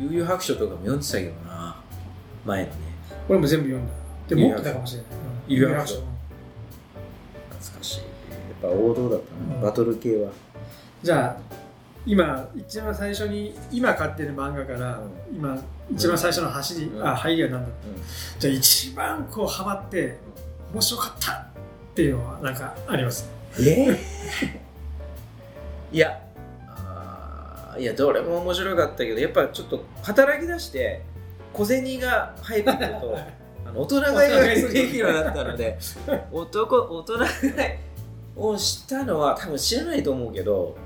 S4: 悠々白書とかも読んでたけどな前のね
S3: 俺も全部読んだでもっとだかもしれない
S4: いや
S3: うんいや
S4: 懐かしいやっぱ王道だったな、
S3: うん
S4: バトル系は
S3: じゃあ今一番最初に今買ってる漫画から、今一番最初の走り、
S4: うん
S3: あ入りは何だ、
S4: ん
S3: じゃあ一番こうハマって面白かったっていうのはなんかあります
S4: ええ いやあーいやどれも面白かったけどやっぱちょっと働き出して小銭が入ってくる とあの大人買いができるようになったので男大人買いをしたのは多分知らないと思うけど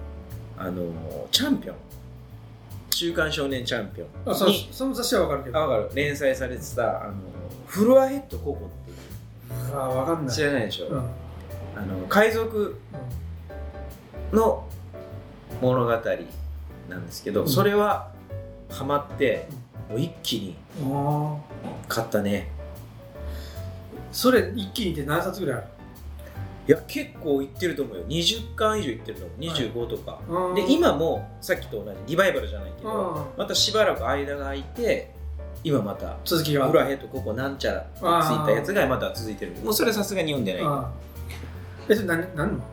S4: あのチャンピオン「週刊少年チャンピオン
S3: あそ
S4: に」
S3: その雑誌はわかるけど
S4: あ分かる連載されてたあのフロアヘッドココっていう
S3: うわわかんない
S4: 知らないでしょ、
S3: うんうん
S4: あの海賊の物語なんですけど、
S3: うん
S4: それはハマって、もう一気に
S3: あー
S4: 買ったね
S3: それ一気にって何冊ぐらい
S4: いや結構いってると思うよ20巻以上いってると思う25とか、
S3: ある
S4: で今もさっきと同じリバイバルじゃないけど、
S3: うん
S4: またしばらく間が空いて今また
S3: 続き
S4: 「
S3: が
S4: フラヘッドここなんちゃら」ついたやつがまだ続いてるもうそれさすがに読んでない
S3: あーえそれ何何の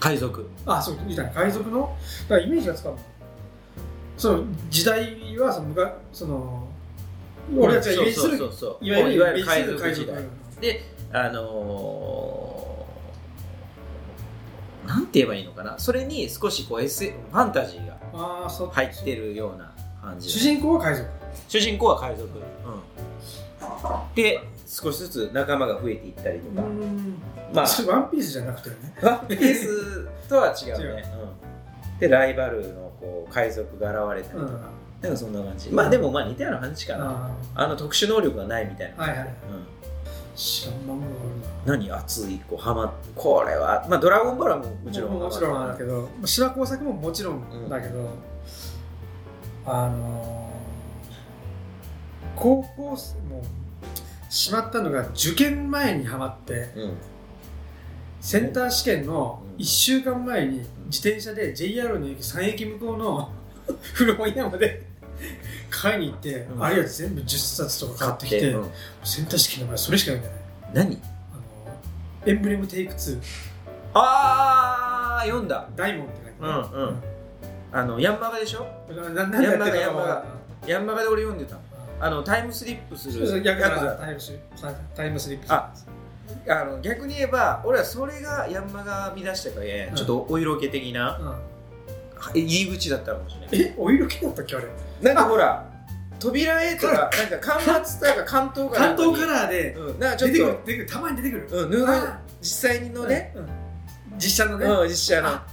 S4: 海賊
S3: あそうみたいな海賊のだからイメージがつかんないその時代はその昔その俺たちがイメージする
S4: そうそうそう
S3: いわゆる
S4: いわゆ
S3: イ
S4: る
S3: メージ
S4: 海
S3: する
S4: 賊時代であのーなんて言えばいいのかなそれに少しこう、S、ファンタジーが
S3: ああそう
S4: 入ってるような感じ
S3: 主人公は海賊
S4: 主人公は海賊、うんで少しずつ仲間が増えていったりとか、
S3: ん
S4: まあ
S3: それワンピースじゃなくてね
S4: ワンピースとは違うねうんでライバルのこう海賊が現れたり
S3: う
S4: とか、
S3: ん
S4: なんかそんな感じまあでもまあ似たような話かな、
S3: あ
S4: あの特殊能力がないみたい
S3: ー
S4: な、
S3: はいはい
S4: うん
S3: 知らん漫
S4: 何熱いこうハマっこれはまあドラゴンボールはもうも
S3: も
S4: ち
S3: ち
S4: ろ
S3: ろ
S4: ん
S3: んもちろんだけど白工作ももちろんだけど、あのー高校生もうしまったのが受験前にハマって
S4: うん
S3: センター試験の
S4: うん
S3: 1週間前に自転車で JR の駅3駅向こう の古本屋まで買いに行って、
S4: うん
S3: あれが全部10冊とか買ってきて、
S4: うん
S3: センター試験の前それしか読んでない
S4: 何
S3: あのエンブレムテイク2
S4: ああ読んだ
S3: ダイモンって書いて
S4: う
S3: あ
S4: んうんあのヤンマガでしょ
S3: るななんでやってるかもわからん
S4: ヤンマガヤンマヤンマガで俺読んでたのあのタイムスリップす
S3: そうそう
S4: る
S3: ヤクザ
S4: ヤクザ
S3: タイムスリップタイムスリップ
S4: ああの逆に言えば俺はそれがヤンマガ見出したからね
S3: うん
S4: ちょっとお色気的な
S3: うん
S4: 入り口だったかもしれない
S3: えお色気だったっけあれ
S4: なんかほら扉絵とかなんか間伐とか関東か
S3: 関
S4: なんかに
S3: 東カラーで
S4: うんなんかちょ
S3: 出
S4: って
S3: くる
S4: と
S3: 出てくるたまに出てくる
S4: うんぬ
S3: あ
S4: 実際のね
S3: うん実写のね
S4: うん実写の
S3: あ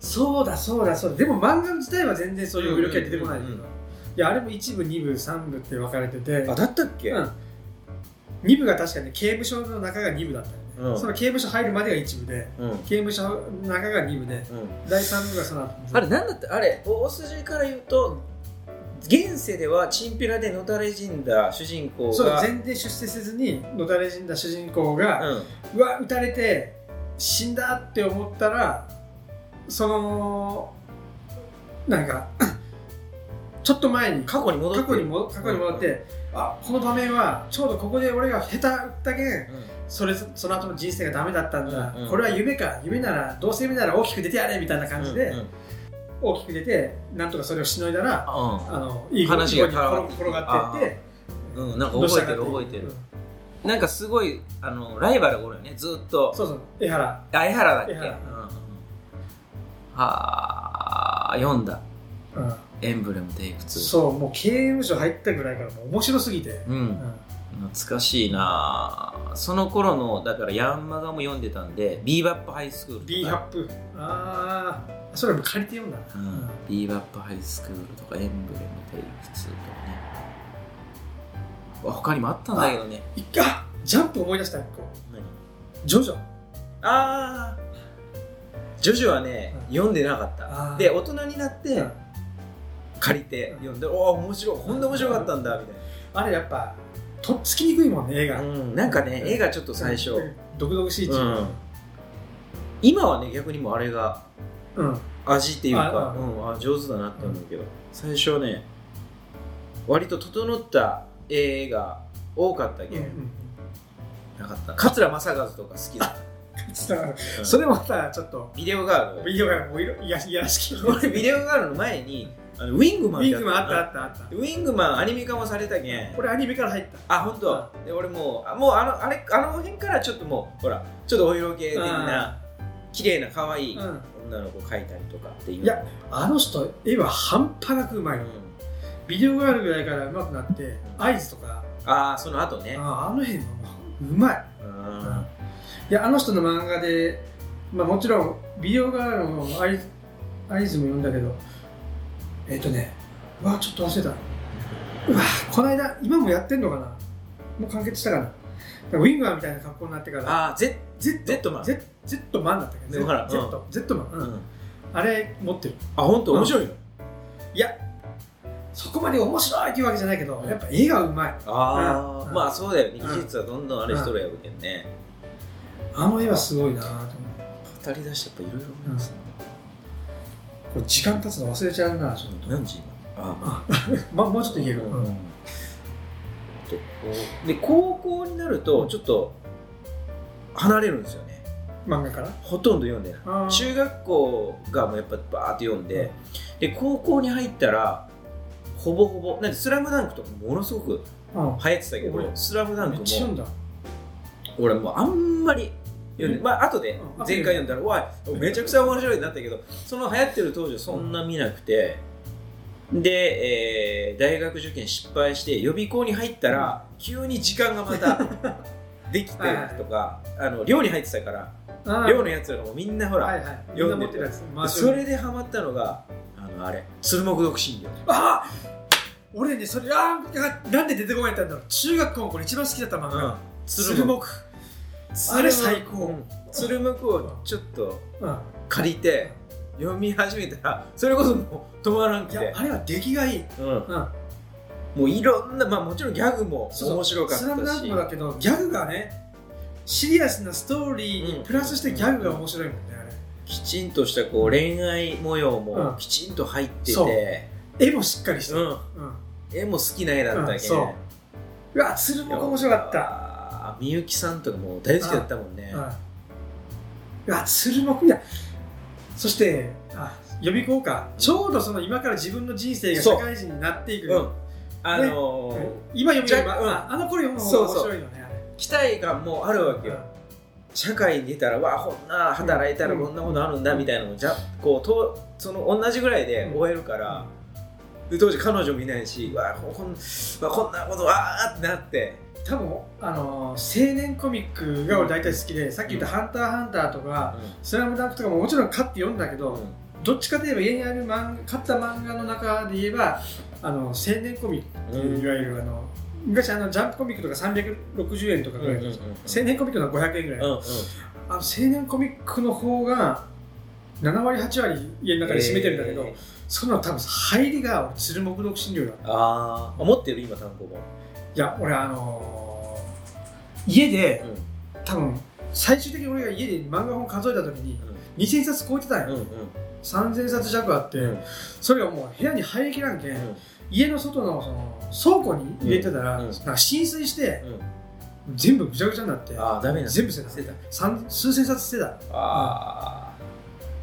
S3: そうだそうだそうだでも漫画自体は全然そういうお色気は出てこないけ
S4: うん
S3: ど
S4: うんうんう
S3: いやあれも1部2部3部って分かれてて
S4: あだったっけ
S3: うん2部が確かね刑務所の中が2部だったよね
S4: うん
S3: その刑務所入るまでが一部で
S4: うん
S3: 刑務所の中が二部で
S4: うん
S3: 第三部がその後
S4: あれなんだってあれ大筋から言うと現世ではチンピラでのたれ死んだ主人公が
S3: そう全然出世せずにのたれ死んだ主人公が、
S4: うん
S3: うわ撃たれて死んだって思ったらそのなんか ちょっと前に
S4: 過去に戻って
S3: 過去に戻過去に戻って、あこの場面はちょうどここで俺が下手だけそれその後の人生がダメだったんだ、
S4: うんうん
S3: これは夢か夢ならどうせ夢なら大きく出てやれみたいな感じで、
S4: うんうん
S3: 大きく出てなんとかそれをしのいだら
S4: あ
S3: あのいい方向
S2: 話
S3: に
S2: が変わって
S3: 転がっていって
S2: うんうん、なんか
S3: どうし
S2: 覚えて
S3: た
S2: る
S3: か
S2: 覚え
S3: っていう
S2: る
S3: うん
S2: なんかすごいあのライバルがおるよねずっと
S3: そうそう江原
S2: 相原だっけ、
S3: 相原
S2: うんうんうんはあ読んだ
S3: うん
S2: エンブレムテイク2
S3: そうもう刑務所入ったぐらいからもう面白すぎて、
S2: う
S3: うんん、
S2: 懐かしいなあその頃のだからヤンマガも読んでたんでビーバップハイスクールとか
S3: B ハップああそれも借りて読んだ
S2: う
S3: な、
S2: ん、ビーバップハイスクールとかエンブレムテイク2とかねあ他にもあったんだけどね
S3: 一回あジャンプ思い出した一個ジョジョ
S4: あージョジョはね、
S3: うん
S4: 読んでなかっ
S3: あ
S4: た
S3: ー
S4: で大人になっ
S3: う
S4: て
S3: ん
S4: 借りて読んで、おお面白いこんな面白かったんだみたいな
S3: あれやっぱとっつきにくいもんね映画、
S4: うんなんかね、絵がちょっと最初、
S3: うん毒々しいっていう
S4: うん今はね、逆にもうあれが
S3: うん、
S4: 味っていうか
S3: あ、あ
S4: うん、あ上手だなって思うけど、最初はね、割と整った絵が多かったけ、ん、なかった。桂正和とか好きだった。うん
S3: それもまたちょっと
S4: ビデオガール。
S3: ビデオがもういろいやいやらし き
S4: 俺、ビデオガールの前に、あのウィングマン
S3: ウィングマンあったあ
S4: っ
S3: ったあった
S4: た。ウィングマンアニメ化もされたけん。
S3: これアニメから入った
S4: あ、本当。で、俺もう、あもうあの、あれ、あの辺からちょっともう、ほら、ちょっとお色気的な、綺麗な可愛い
S3: うん
S4: 女の子描いたりとかっていう。
S3: いやあの人絵は半端なくうまい
S4: うん
S3: のビデオがあるぐらいからうまくなって合図とか
S4: ああ、その後ね。
S3: ああの辺はもううまい
S4: うん
S3: いやあの人の漫画で、まあ、もちろんビデオガールのアイアイズも読んだけどえっ、とねうわちょっと忘れたうわこの間今もやってんのかなもう完結したかなウィンガーみたいな格好になってから
S4: ああ、Z、
S3: Z,
S4: Z マン。
S3: Z, Z マンだったっけ
S4: ゼットマン
S3: Z, Z マン、
S4: う
S3: うん
S4: ん
S3: あれ持ってる
S4: あ、本当
S3: うん
S4: 面白いの。
S3: いやそこまで面白いっていうわけじゃないけど、
S4: うん
S3: やっぱ絵がうまい
S4: あ
S3: う
S4: あ、
S3: ん
S4: まあそうだよね。
S3: うん
S4: 技術はどんどんあれしとるやるけんね。
S3: あの絵はすごいなと思って
S4: 語り出しちゃやっぱいろいろ思いますね。
S3: これ時間経つの忘れちゃうなちょっと
S4: 何時あ
S3: まもうちょっといける、
S4: う
S3: うん
S4: んで、高校になると、ちょっと離れるんですよね。
S3: 漫画から
S4: ほとんど読んでない。
S3: あー
S4: 中学校がもうやっぱバーって読んで、で、高校に入ったら、ほぼほぼ、なんで、スラムダンクとかものすごく
S3: うん
S4: 流行ってたけど、
S3: 俺
S4: スラムダ
S3: め
S4: ンク
S3: っ
S4: も
S3: ちゃ読んだ
S4: 俺もうあんまり読んで、
S3: うん
S4: まあ後で
S3: うん
S4: 前回読んだら「わいめちゃくちゃ面白い」ってなったけどその流行ってる当時はそんな見なくてで、えー大学受験失敗して予備校に入ったら急に時間がま たできてとかあの寮に入ってたから
S3: あー
S4: 寮のやつらもみんなほ
S3: はい
S4: ら
S3: はい
S4: 読ん
S3: みな持
S4: でて
S3: ってるやつまあ
S4: それでハマったのがあのあれ「鶴木独身寮」
S3: ああ俺ねそれあーなんで出てこないんだろう中学校の頃一番好きだった漫画鶴
S4: 鶴木
S3: 木あれ最高
S4: うん鶴木をちょっと
S3: うん
S4: 借りて読み始めたらそれこそもう止まらんく
S3: い
S4: て
S3: やあれは出来がいい
S4: うん
S3: うん
S4: もういろんな、まあ、もちろんギャグも
S3: そうそう
S4: 面白かっ
S3: スラム
S4: た
S3: ダンク
S4: し
S3: もだけどギャグがねシリアスなストーリー
S4: うん
S3: にプラスしてギャグが面白いもんねあれ
S4: きちんとしたこう恋愛模様
S3: う
S4: も
S3: ん
S4: きちんと入って
S3: そう
S4: て、
S3: 絵もしっかりして
S4: う
S3: る
S4: ん
S3: うん
S4: 絵も好きな絵だっ
S3: うん
S4: たけ
S3: そう
S4: ど、
S3: うわ鶴木面白かった
S4: ったみゆきさんとかもう大好きだったもんね、
S3: うんうわ鶴木やそしてあ予備校かちょうどその今から自分の人生が社会人になっていく
S4: うんあのー
S3: 今読め
S4: じゃ
S3: ば、
S4: うん
S3: ああの頃読む方が面白いよね
S4: 期待感もあるわけよ社会に出たらわあこんな働いたら
S3: うん
S4: こんなことあるんだみたいなのをじゃこうとその同じぐらいで終えるから、で当時彼女もいないしわあここんわあこんなことわあってなって
S3: 多分あのー青年コミックが俺大体好きで、さっき言った「ハンターハンター」とか「スラムダンクとかももちろん買って読んだけど、
S4: うん
S3: どっちかといえば家にある漫画買った漫画の中で言えばあの青年コミックっていういわゆるあの昔あのジャンプコミックとか360円とかぐらいだったんですよ青年コミックのは500円ぐらい、
S4: うんうん
S3: あの青年コミックの方が7割8割家の中で占めてるんだけど、
S4: えー
S3: その多分入りが俺鶴木独身寮だい
S4: ああ持ってる今単行本
S3: や俺あのー家で多分最終的に俺が家で漫画本数えた時に2000冊超えてたんよ、
S4: うんうん
S3: 3000冊弱あって、
S4: うん
S3: それがもう部屋に入りきらんけん、家の外のその倉庫に入れてたら、
S4: うんうん
S3: なんか浸水して
S4: うん
S3: 全部ぐちゃぐちゃになって
S4: ああダメなんだ
S3: 全部捨てた
S4: 捨てた
S3: 三数千冊捨てた
S4: ああ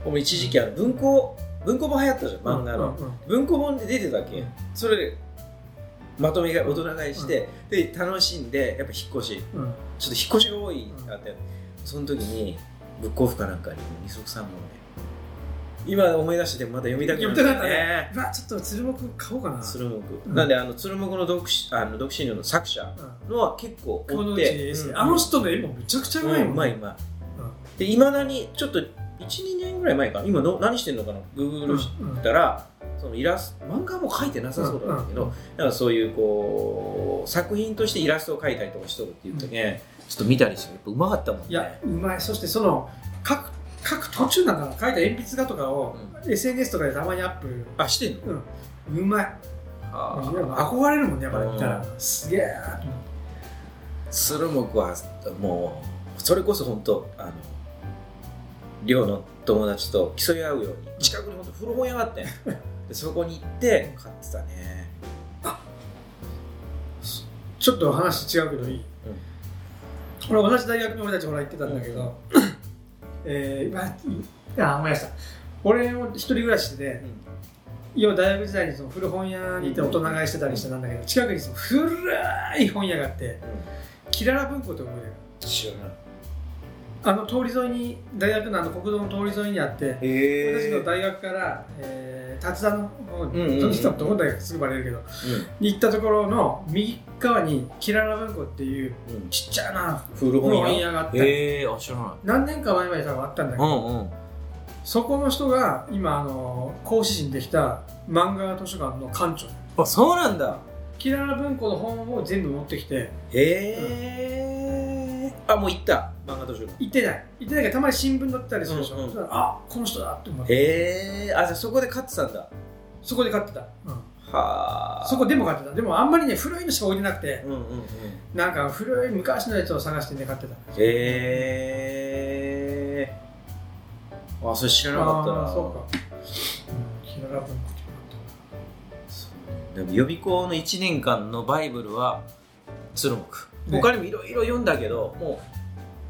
S4: 俺一時期あの文庫文庫本流行ったじゃん漫画の、
S3: うんうんうん
S4: 文庫本で出てたけんそれまとめが大人買いして、で楽しんでやっぱ引っ越
S3: うん
S4: しちょっと引っ越しが多いってあって、その時にブックオフかなんかに二足三本で今思い出しててもまだ読みたくな
S3: 読みたくなったうわちょっと鶴木買おうかな
S4: 鶴木、
S3: うん
S4: なんであの鶴木の読しあの読心の作者
S3: うん
S4: のは結構
S3: こ
S4: 追
S3: の
S4: っ
S3: う
S4: て、
S3: ち
S4: うん
S3: あの人の絵もめちゃくちゃうまいもん、
S4: うまい、うまい
S3: うん
S4: でいまだにちょっと12年ぐらい前かな今の何してんのかなグーグルしたら、そのイラスト漫画も描いてなさそうなんだけど、なんかそういうこう作品としてイラストを描いたりとかしとるって言ったけ、ん
S2: ちょっと見たりしてやっぱうまかったもんね
S3: いやうまいそしてその書く書く途中なんかな書いた鉛筆画とかを、SNS とかでたまにアップ
S4: あしてんの
S3: うまい
S2: あー
S3: 憧れるもんねやっぱり見たら
S4: う
S3: すげえ
S4: 鶴木はもうそれこそ本当あの寮の友達と競い合うように近くに本当古本屋があってんでそこに行って買ってたね
S3: ちょっと話違うけどいい、俺同じ大学に俺たちほら行ってたんだけど、えーまあいや思い出した俺も一人暮らしで、要は大学時代にその古本屋にいて大人買いしてたりしてたんだけど、近くにその古い本屋があってキララ文庫と思うよ
S4: 知らない
S3: あの通り沿いに大学のあの国道の通り沿いにあって
S4: へ
S3: 私
S4: え
S3: の大学から、えー、達田の方に、
S4: うんうんうん
S3: その人はどこだかすぐバレるけどに行ったところの右側にキララ文庫っていう
S4: うんうん
S3: ちっちゃな
S4: 古
S3: 古
S4: 本
S3: 本
S4: 屋
S3: 屋があって、
S2: へえあ知らな
S3: 何年か前まで多分あったんだけ
S2: い
S3: ど、
S2: うんうん
S3: そこの人が今あの講師陣できた漫画図書館の館長
S2: あそうなんだ
S3: キララ文庫の本を全部持ってきて
S4: へえあもう行った漫画図書館
S3: 行ってない行ってないけどたまに新聞載ってたりするでしょ、
S4: うんうん
S3: そしたらあこの人だって思って
S4: へえあじゃあそこで買ってたんだ
S3: そこで買ってた、うん
S4: はあ
S3: そこでも買ってたでもあんまりね古いのしか置いてなくて
S4: うんうんうん
S3: なんか古い昔のやつを探してね買ってた
S4: へえあそれ知らなかったな
S3: あーそうか、うん、キララ文庫って
S4: でも予備校の1年間のバイブルは鶴木
S3: ね
S4: 他にもいろいろ読んだけど、も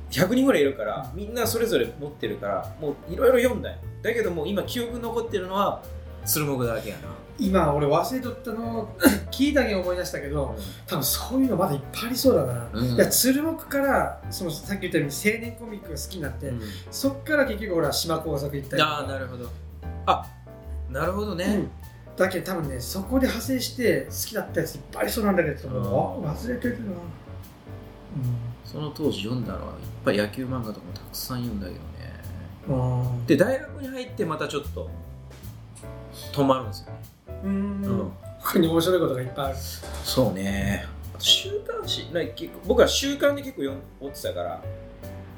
S4: う100人ぐらいいるからみんなそれぞれ持ってるからもういろいろ読んだよだけどもう今記憶に残ってるのは鶴木だけやな、
S3: 今俺忘れとったのを 聞いたけん思い出したけど、多分そういうのまだいっぱいありそうだな、
S2: うん
S3: いや鶴木からそのさっき言ったように青年コミックが好きになって、
S2: うん
S3: そっから結局俺は島工作行ったりとか
S2: ああなるほどあなるほどね、
S3: うんだけど多分ねそこで派生して好きだったやついっぱいありそうなんだけど、
S4: うん
S3: もう忘れてるな、
S2: その当時読んだのはいっぱい野球漫画とかもたくさん読んだけどね
S3: うん
S4: で大学に入ってまたちょっと止まるんですよね、
S3: うん
S4: うん
S3: 他に面白いことがいっぱいある
S4: そうねあと週刊誌なんか結構僕は週刊で結構読ん持ってたから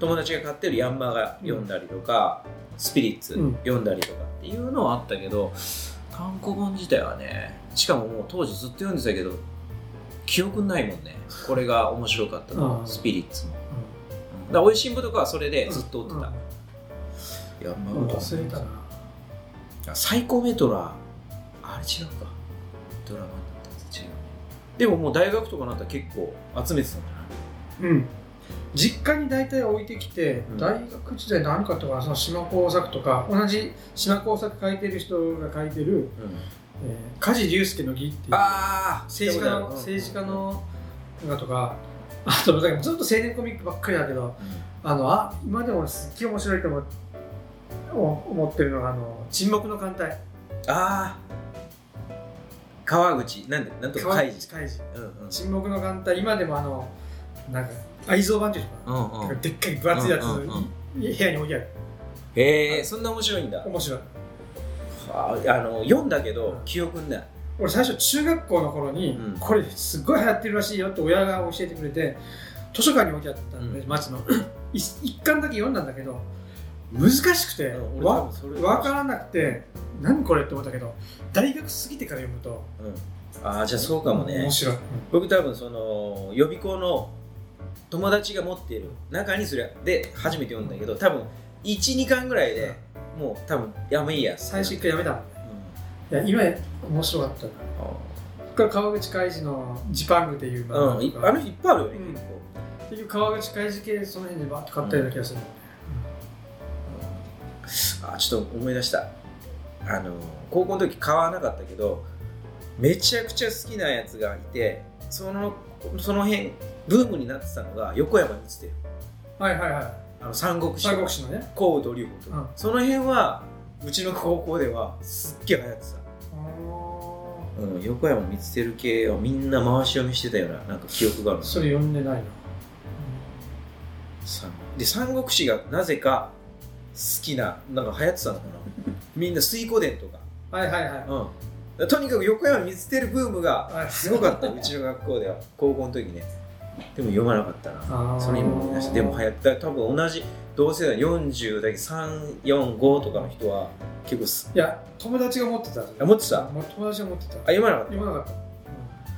S4: 友達が買ってるヤンマが読んだりとか、スピリッツ
S3: うん
S4: 読んだりとかっていうのはあったけど、単行本自体はねしかももう当時ずっと読んでたけど記憶にないもんねこれが面白かったの
S3: う
S4: は
S3: ん
S4: スピリッツも、うんだからおいしんぼとかはそれでずっと追ってた、ヤンマ
S3: うんうん
S4: が
S3: 忘れたな
S4: 最高メトラあれ違うかドラマになったやつ違うねでももう大学とかになったら結構集めてたんじ
S3: うん実家に大体置いてきて、
S4: うん
S3: 大学時代何かとかその島工作とか同じ島工作書いてる人が書いてる
S4: ゃない、
S3: えー梶龍介の義っていう
S4: ああ
S3: 政治家の政治家のなんかとかあとだからずっと青年コミックばっかりだけどあのあ今でもすっげえ面白いと思思思ってるのがあの沈黙の艦隊
S4: ああ川口なんでなんとか
S3: 川
S4: 海
S3: 口
S4: 事
S3: 海事
S4: うんうん
S3: 沈黙の艦隊今でもあのなんか愛蔵版っていうのか
S2: う
S3: な、
S2: んうん
S3: なんかでっかい分厚いやつ、
S2: うんうんうん
S3: い部屋に置いてある
S4: へえそんな面白いんだ
S3: 面白い
S4: あーあの読んだけど記憶にない
S3: 俺最初中学校の頃に、
S4: うん
S3: これすごい流行ってるらしいよって親が教えてくれて図書館に置いてあったんで、
S4: うん
S3: 町の一一巻だけ読んだんだけど難しくて、
S4: うん俺多
S3: わ
S4: 分それ
S3: 分からなくて何これって思ったけど大学過ぎてから読むと
S4: ああじゃあそうかもね
S3: 面白い、
S4: 僕多分その予備校の友達が持っている中にそれで初めて読んだけど多分12巻ぐらいでもう多分やめいいや
S3: 最初一回やめたもんね
S4: う、
S3: いや今面白かったなこれ川口海事のジパングで有名なんの
S4: うん
S3: と
S4: い
S3: か
S4: あの人いっぱいあるよね、
S3: うん
S4: 結構
S3: 結局川口海事系その辺でバーッと買ったような気がする、
S4: あちょっと思い出したあの高校の時買わなかったけどめちゃくちゃ好きなやつがいてそのその辺ブームになってたのが横山光輝
S3: はいはいはい
S4: あの三国志
S3: 三国志のね
S4: 甲本龍とか、
S3: うん
S4: その辺はうちの高校ではすっげえ流行ってた、うん、横山光輝系をみんな回し読みしてたようななんか記憶があるの
S3: それ読んでないな
S4: 三で三国志がなぜか好きななんか流行ってた のかなみんな水湖伝とか
S3: はいはいはい
S4: うん、とにかく横山見つけるブームが
S3: はい
S4: すごかった、うちの学校では高校の時ねでも読まなかったな
S3: あー
S4: それ今思い出したでも流行った多分同じ同世代40代345とかの人は結構す
S3: いや友達が持ってた
S4: あ持ってた
S3: もう友達が持ってた
S4: あ読まなかった
S3: 読まなかっ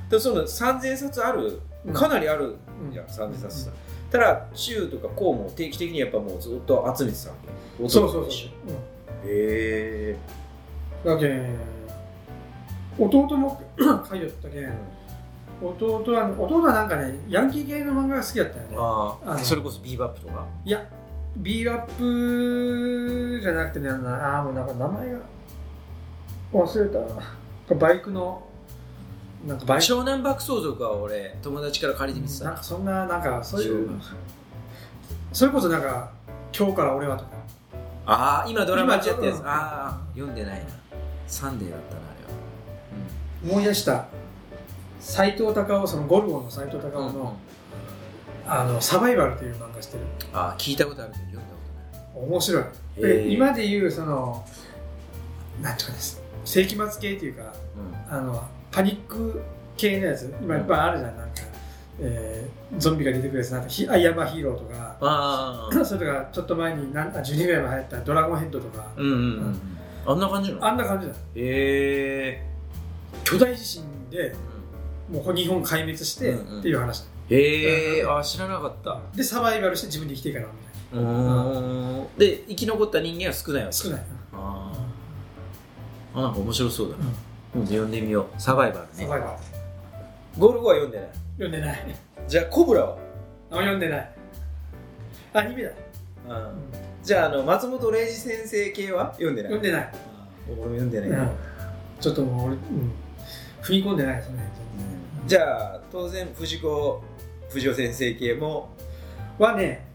S4: でもその3000冊ある
S3: た
S4: か
S3: な
S4: なりあるじゃん、
S3: うん
S4: 3000冊さただ中とか高も定期的にやっぱもうずっと集めてたわけ
S3: そうそう
S4: 弟と一
S3: そう、
S4: 緒へえ
S3: うん、だけん弟も 書いよったけん弟は弟はなんかねヤンキー系の漫画が好きだったよね
S4: あ
S3: あの
S4: あそれこそビーバップとか
S3: いや、ビーラップじゃなくてね、あのあーもうなんか名前が忘れたな。バイクの、なんかバイク、
S4: 湘南爆走族は俺友達から借りてみて
S3: なん
S4: た
S3: かそんな、なんかそういう
S4: そう、
S3: それこそなんか、今日から俺はとか、
S4: ああ今ドラマやっちゃったやつ
S3: 今ドラマ
S4: ああ読んでないなサンデーだったなあ
S3: 思い出した、斎藤隆夫、そのゴルゴンの斎藤隆
S4: れは、
S3: 夫
S4: うん
S3: の、あの、サバイバルという漫画してる。
S4: ああ聞いたことあるけど読んだこ
S3: 面白い。
S4: とない
S3: で、今で言う、その、なんていうかです、世紀末系というか、
S4: うん
S3: あのパニック系のやつ今いっぱいあるじゃんなんか、えーゾンビが出てくるやつなんかヒアイアンマンヒーローとか、
S4: ああ
S3: それとかちょっと前になんあ12ぐらい前流行ったドラゴンヘッドとか、
S4: うんうんうんあんな感じなの
S3: あんな感じだ
S4: へえ
S3: 巨大地震でもう日本壊滅して
S4: うんうん
S3: っていう話、
S4: へえあー知らなかった
S3: でサバイバルして自分で生きていかなみたいな
S4: うーんで生き残った人間は少ないわけ
S3: 少ない
S4: あーあなんか面白そうだ
S3: う
S4: な
S3: ん
S4: 今度読んでみようサバイバル
S3: サ
S4: ね
S3: バイバル
S4: ゴルゴは読んでない
S3: 読んでない
S4: じゃあコブラは
S3: あ読んでないアニメだ
S4: うんじゃああの松本零士先生系は読んでない
S3: 読んでない、
S4: 俺も読んでない、
S3: うんちょっともう俺、うん、踏み込んでないですね
S4: じゃあ当然藤子不二雄先生系も
S3: はね、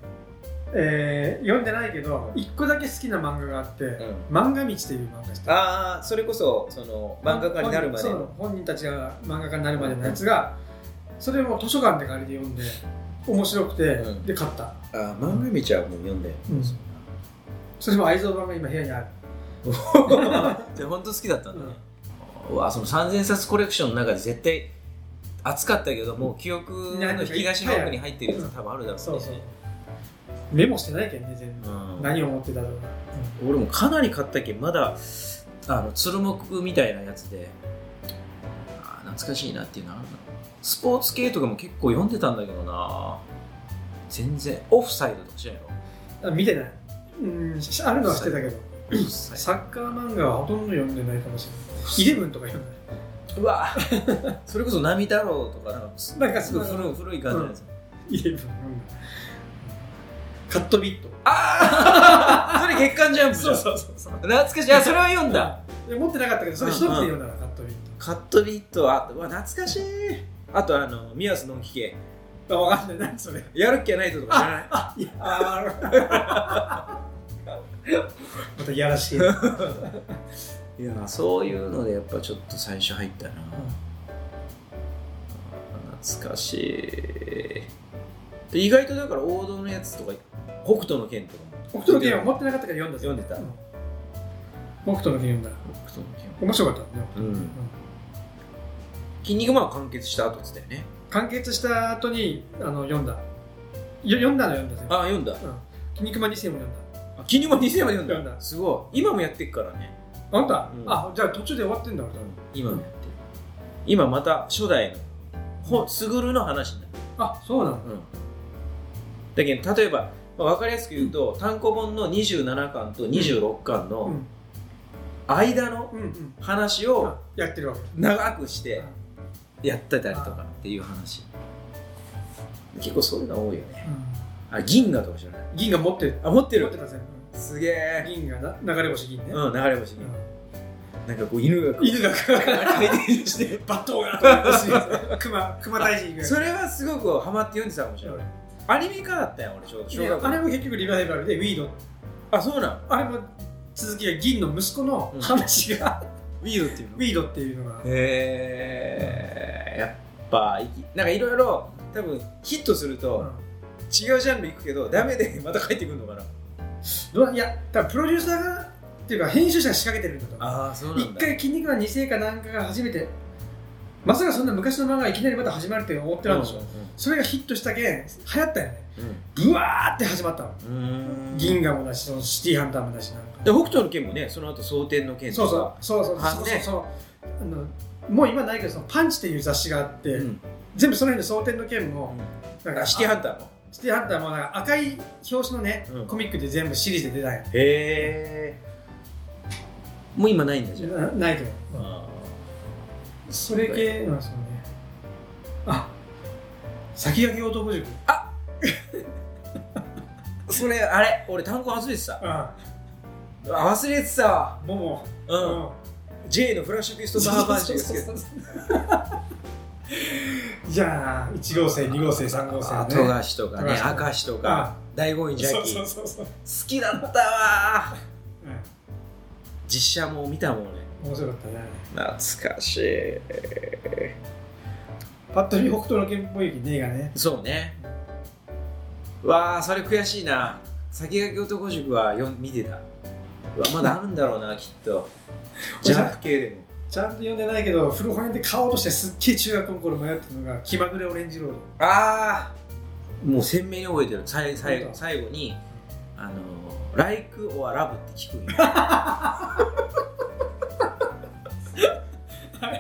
S3: えー読んでないけど一個だけ好きな漫画があって「
S4: ん
S3: 漫画道」っていう漫画して
S4: ああそれこそその漫画家になるまで
S3: そう
S4: の
S3: 本人たちが漫画家になるまでのやつがそれも図書館で借りて読んで面白くて、
S4: うん
S3: で買った、
S4: あー漫画道はもう読んだよ
S3: うんそれも愛蔵版が今部屋にある
S4: で本当好きだった
S3: んだね、
S4: うわその3000冊コレクションの中で絶対熱かったけどもう記憶の引き出しの奥に入ってるやつは多分あるだろうね
S3: そうそうメモしてないけんね全部、
S4: うん
S3: 何を思ってたとか、
S4: 俺もかなり買ったけんまだあのつるもくみたいなやつであー懐かしいなっていうのあるなスポーツ系とかも結構読んでたんだけどな全然オフサイドとかしないの
S3: あ見てないうんあるのは知ってたけど
S4: オフサイ
S3: サッカー漫画はほとんど読んでないかもし れないイレブンとか読んでない
S4: ドう わそれこそ波太郎とかなんかす
S3: なんか
S4: すごい古い古い感じのやつ、
S3: イレブンカットビット
S4: ああそれ月刊ジャンプじゃん
S3: うそうそう
S4: 懐かしいあそれは読んだ、
S3: で持ってなかったけどそれ一つで読んだなカットビッ
S4: カットビットはうわ懐かしいあとあの宮津のんき系
S3: トあわかんない何それ
S4: やるっきゃないととか知らない
S3: あいやあーまたいやら しい
S4: いやそういうのでやっぱちょっと最初入ったな、懐かしいで意外とだから王道のやつとか北斗の拳とかも
S3: 北斗の拳は持ってなかったから読んだ
S4: 読んでた
S3: うん北斗の拳読んだ
S4: 北斗の
S3: 面白かったね
S4: 拳うん筋肉マンは完結した後っつったよね
S3: 完結した後にあの読んだよ読んだの読んだぜ
S4: あ読んだ
S3: うん「筋肉マン2世」も読んだ
S4: あ筋肉マン2000まで読ん
S3: 読ん
S4: だ
S3: だ
S4: すごい今もやってるからね
S3: あんた、
S4: うん
S3: あじゃあ途中で終わってんだ俺多分
S4: 今もやってる今また初代のほスグルの話になる
S3: あそうなの
S4: だけど例えば、まあ、分かりやすく言うと、単行本の27巻と26巻
S3: う
S4: の
S3: ん
S4: 間の
S3: うんうん
S4: 話を
S3: あやってるわけ
S4: 長くしてやってたりとかっていう話結構そういうの多いよねあ銀河とか知らない
S3: 銀が持って
S4: あ持って
S3: 持っ
S4: る
S3: てたぜ
S4: すげえ
S3: 銀がな流れ星銀ね、
S4: うん流れ星銀なんかこう犬が
S3: うん犬が
S4: 回転して
S3: バットがーン 熊熊大臣が
S4: それはすごくハマって読んでたかもしれない俺アニメ化だったよ俺ちょうど小
S3: ね
S4: 学校
S3: あれも結局リバイバルでウィード
S4: あそうなん
S3: あれも続きが銀の息子の話が、
S4: ウィードっていうの
S3: ウィードっていうのが、
S4: えー、やっぱいきなんかいろいろ多分ヒットする
S3: う
S4: と
S3: ん
S4: 違うジャンルいくけどダメで また帰ってくるのかな
S3: どういや多分プロデューサーがっていうか編集者が仕掛けてるんだと思う
S4: ああそう
S3: 一回「筋肉マン2世」かなんかが初めてまさかそんな昔の漫画がいきなりまた始まるって思ってたんでしょ、それがヒットしたけん流行ったよねブワーって始まったの
S4: うんうん
S3: 銀河もだしそのシティハンターもだしなんか
S4: で北斗の剣もねその後蒼天の剣
S3: そう
S4: と
S3: そ
S4: か
S3: うそうそう
S4: あ
S3: そうそう
S4: ね
S3: そうあのもう今ないけどそのパンチっていう雑誌があって、
S4: うん
S3: 全部その辺の蒼天の剣も、なんか
S4: あシティハンターも
S3: シティハンターもなんか赤い表紙のね、
S4: うん
S3: コミックで全部シリーズで出ない
S4: へえもう今ないんだじゃん
S3: なないけど、
S4: あ
S3: それ系なんですよねあ先駆け男塾
S4: ーそれあれ俺単語忘れてた
S3: あ
S4: あ忘れてたわ
S3: もも
S4: う
S3: うん
S4: J のフラッシュピストサーバージュが好きだった
S3: じゃあ1号生2号生3号生
S4: あ
S3: ね
S4: 富樫とかね
S3: 富樫とか
S4: 明石と
S3: あ
S4: か大五位ジャ
S3: そ
S4: ッ
S3: う
S4: キ
S3: そう
S4: ー好
S3: そうそう、
S4: きだったわ
S3: う
S4: ー実写も見たもんね
S3: ん、面白かったね
S4: 懐かしい
S3: パッと見北斗の拳っぽい駅ねえがね
S4: そうねうわあそれ悔しいな先駆け男塾はよん見てたうわまだあるんだろうなきっとジャンプ系でも
S3: ちゃんと読んでないけど古本屋で買おうとしてすっげえ中学校の頃迷ったのが「気まぐれオレンジロード
S4: ああもう鮮明に覚えてる最最後
S3: 本当
S4: 最後にあのー「Like or Love」って聞 くんよ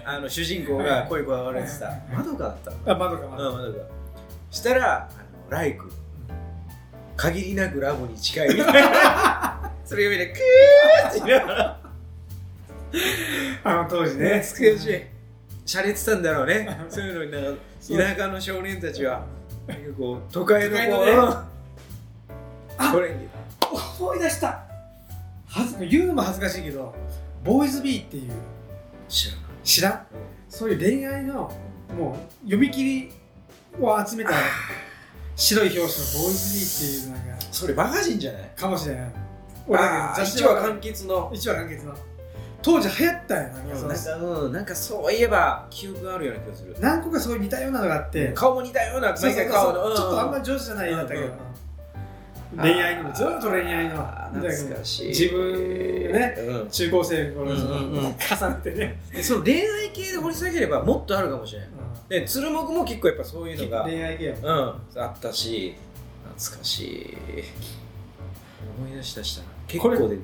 S4: あの主人公が恋こだわれてた
S3: はい
S4: 窓かだった」
S3: あまどかまど
S4: のうん窓かしたら「Like」限りなくラブに 近いみたいなそれ読みでクーって言いながら
S3: かあの当時ね
S4: 懐かしいしゃれてたんだろうねそういうのになんか
S3: そう
S4: 田舎の少年たちはなんかこう都会
S3: 都
S4: の
S3: 会
S4: こ
S3: の
S4: う、
S3: ね
S4: うん
S3: あ
S4: これに
S3: 思い出したはず言うのも恥ずかしいけどボーイズビーっていう
S4: 知らない
S3: 知らんそういう恋愛のもう読み切りを集めた白い表紙のボーイズビーっていうなんか
S4: それバカ人じゃない
S3: かもしれない俺
S4: あ
S3: だけ
S4: あ
S3: ど雑誌
S4: 一
S3: は
S4: 話
S3: 完
S4: 完結の
S3: 一話完結の当時流行ったよなんかその
S4: なんかうんなんかそういえば記憶あるような気がする
S3: 何個かそういう似たようなのがあって
S4: 顔も似たような
S3: そう
S4: 毎
S3: そう
S4: 回
S3: そ
S4: 顔
S3: う
S4: のうん
S3: ちょっとあんまり上手じゃないだったけど、
S4: うんうん
S3: 恋愛にもずっと恋愛の
S4: あー懐かしい
S3: 自分がね
S4: うん
S3: 中高生の頃のその
S4: うんうんうん
S3: 重なってね、
S4: でその恋愛系で掘り下げればもっとあるかもしれないで鶴木も結構やっぱそういうのが
S3: 恋愛系やもん
S4: うん、あったし、懐かしい。思い出したしたな。結
S3: これ、
S4: 構
S3: う
S4: で。
S3: ん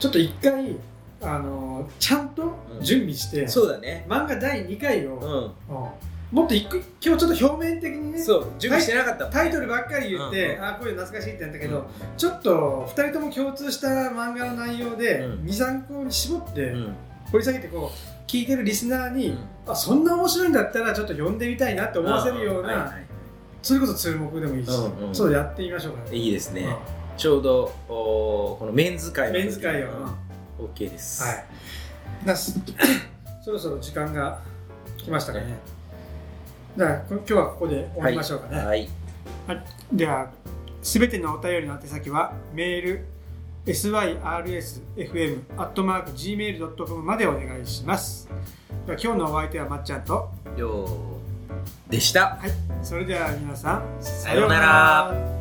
S3: ちょっと一回あのちゃんと準備して、
S4: そうだね。
S3: 漫画第2回を、
S4: う
S3: うん
S4: ん。
S3: もっと一個今日ちょっと表面的にね
S4: そう、準備してなかったもん。
S3: タイトルばっかり言って、
S4: う
S3: あこういうの懐かしいってなったけ
S4: け
S3: ど、
S4: ど、
S3: ちょっと2人とも共通した漫画の内容で、
S4: うん
S3: 23個に絞って、
S4: うん。
S3: 掘り下げてこう聞いてるリスナーに、
S4: うん
S3: あそんな面白いんだったらちょっと読んでみたいなって思わせるような、
S4: はいはい
S3: それこそ注目でもいいし、
S4: うんうん
S3: ちょっとやってみましょうかね。
S4: いいですね。ちょうど、おーこのメンズ会の時
S3: メンズ会を、
S4: うん
S3: は
S4: OK です。
S3: い。な すそろそろ時間が来ましたかね。じゃあこ今日はここで終わりましょうかね。
S4: はい。
S3: ではすべてのお便りの宛先はメール syrsfm.gmail.com までお願いします。では今日のお相手はまっちゃんと
S4: よーでした。
S3: それでは皆さんさ
S4: さようなら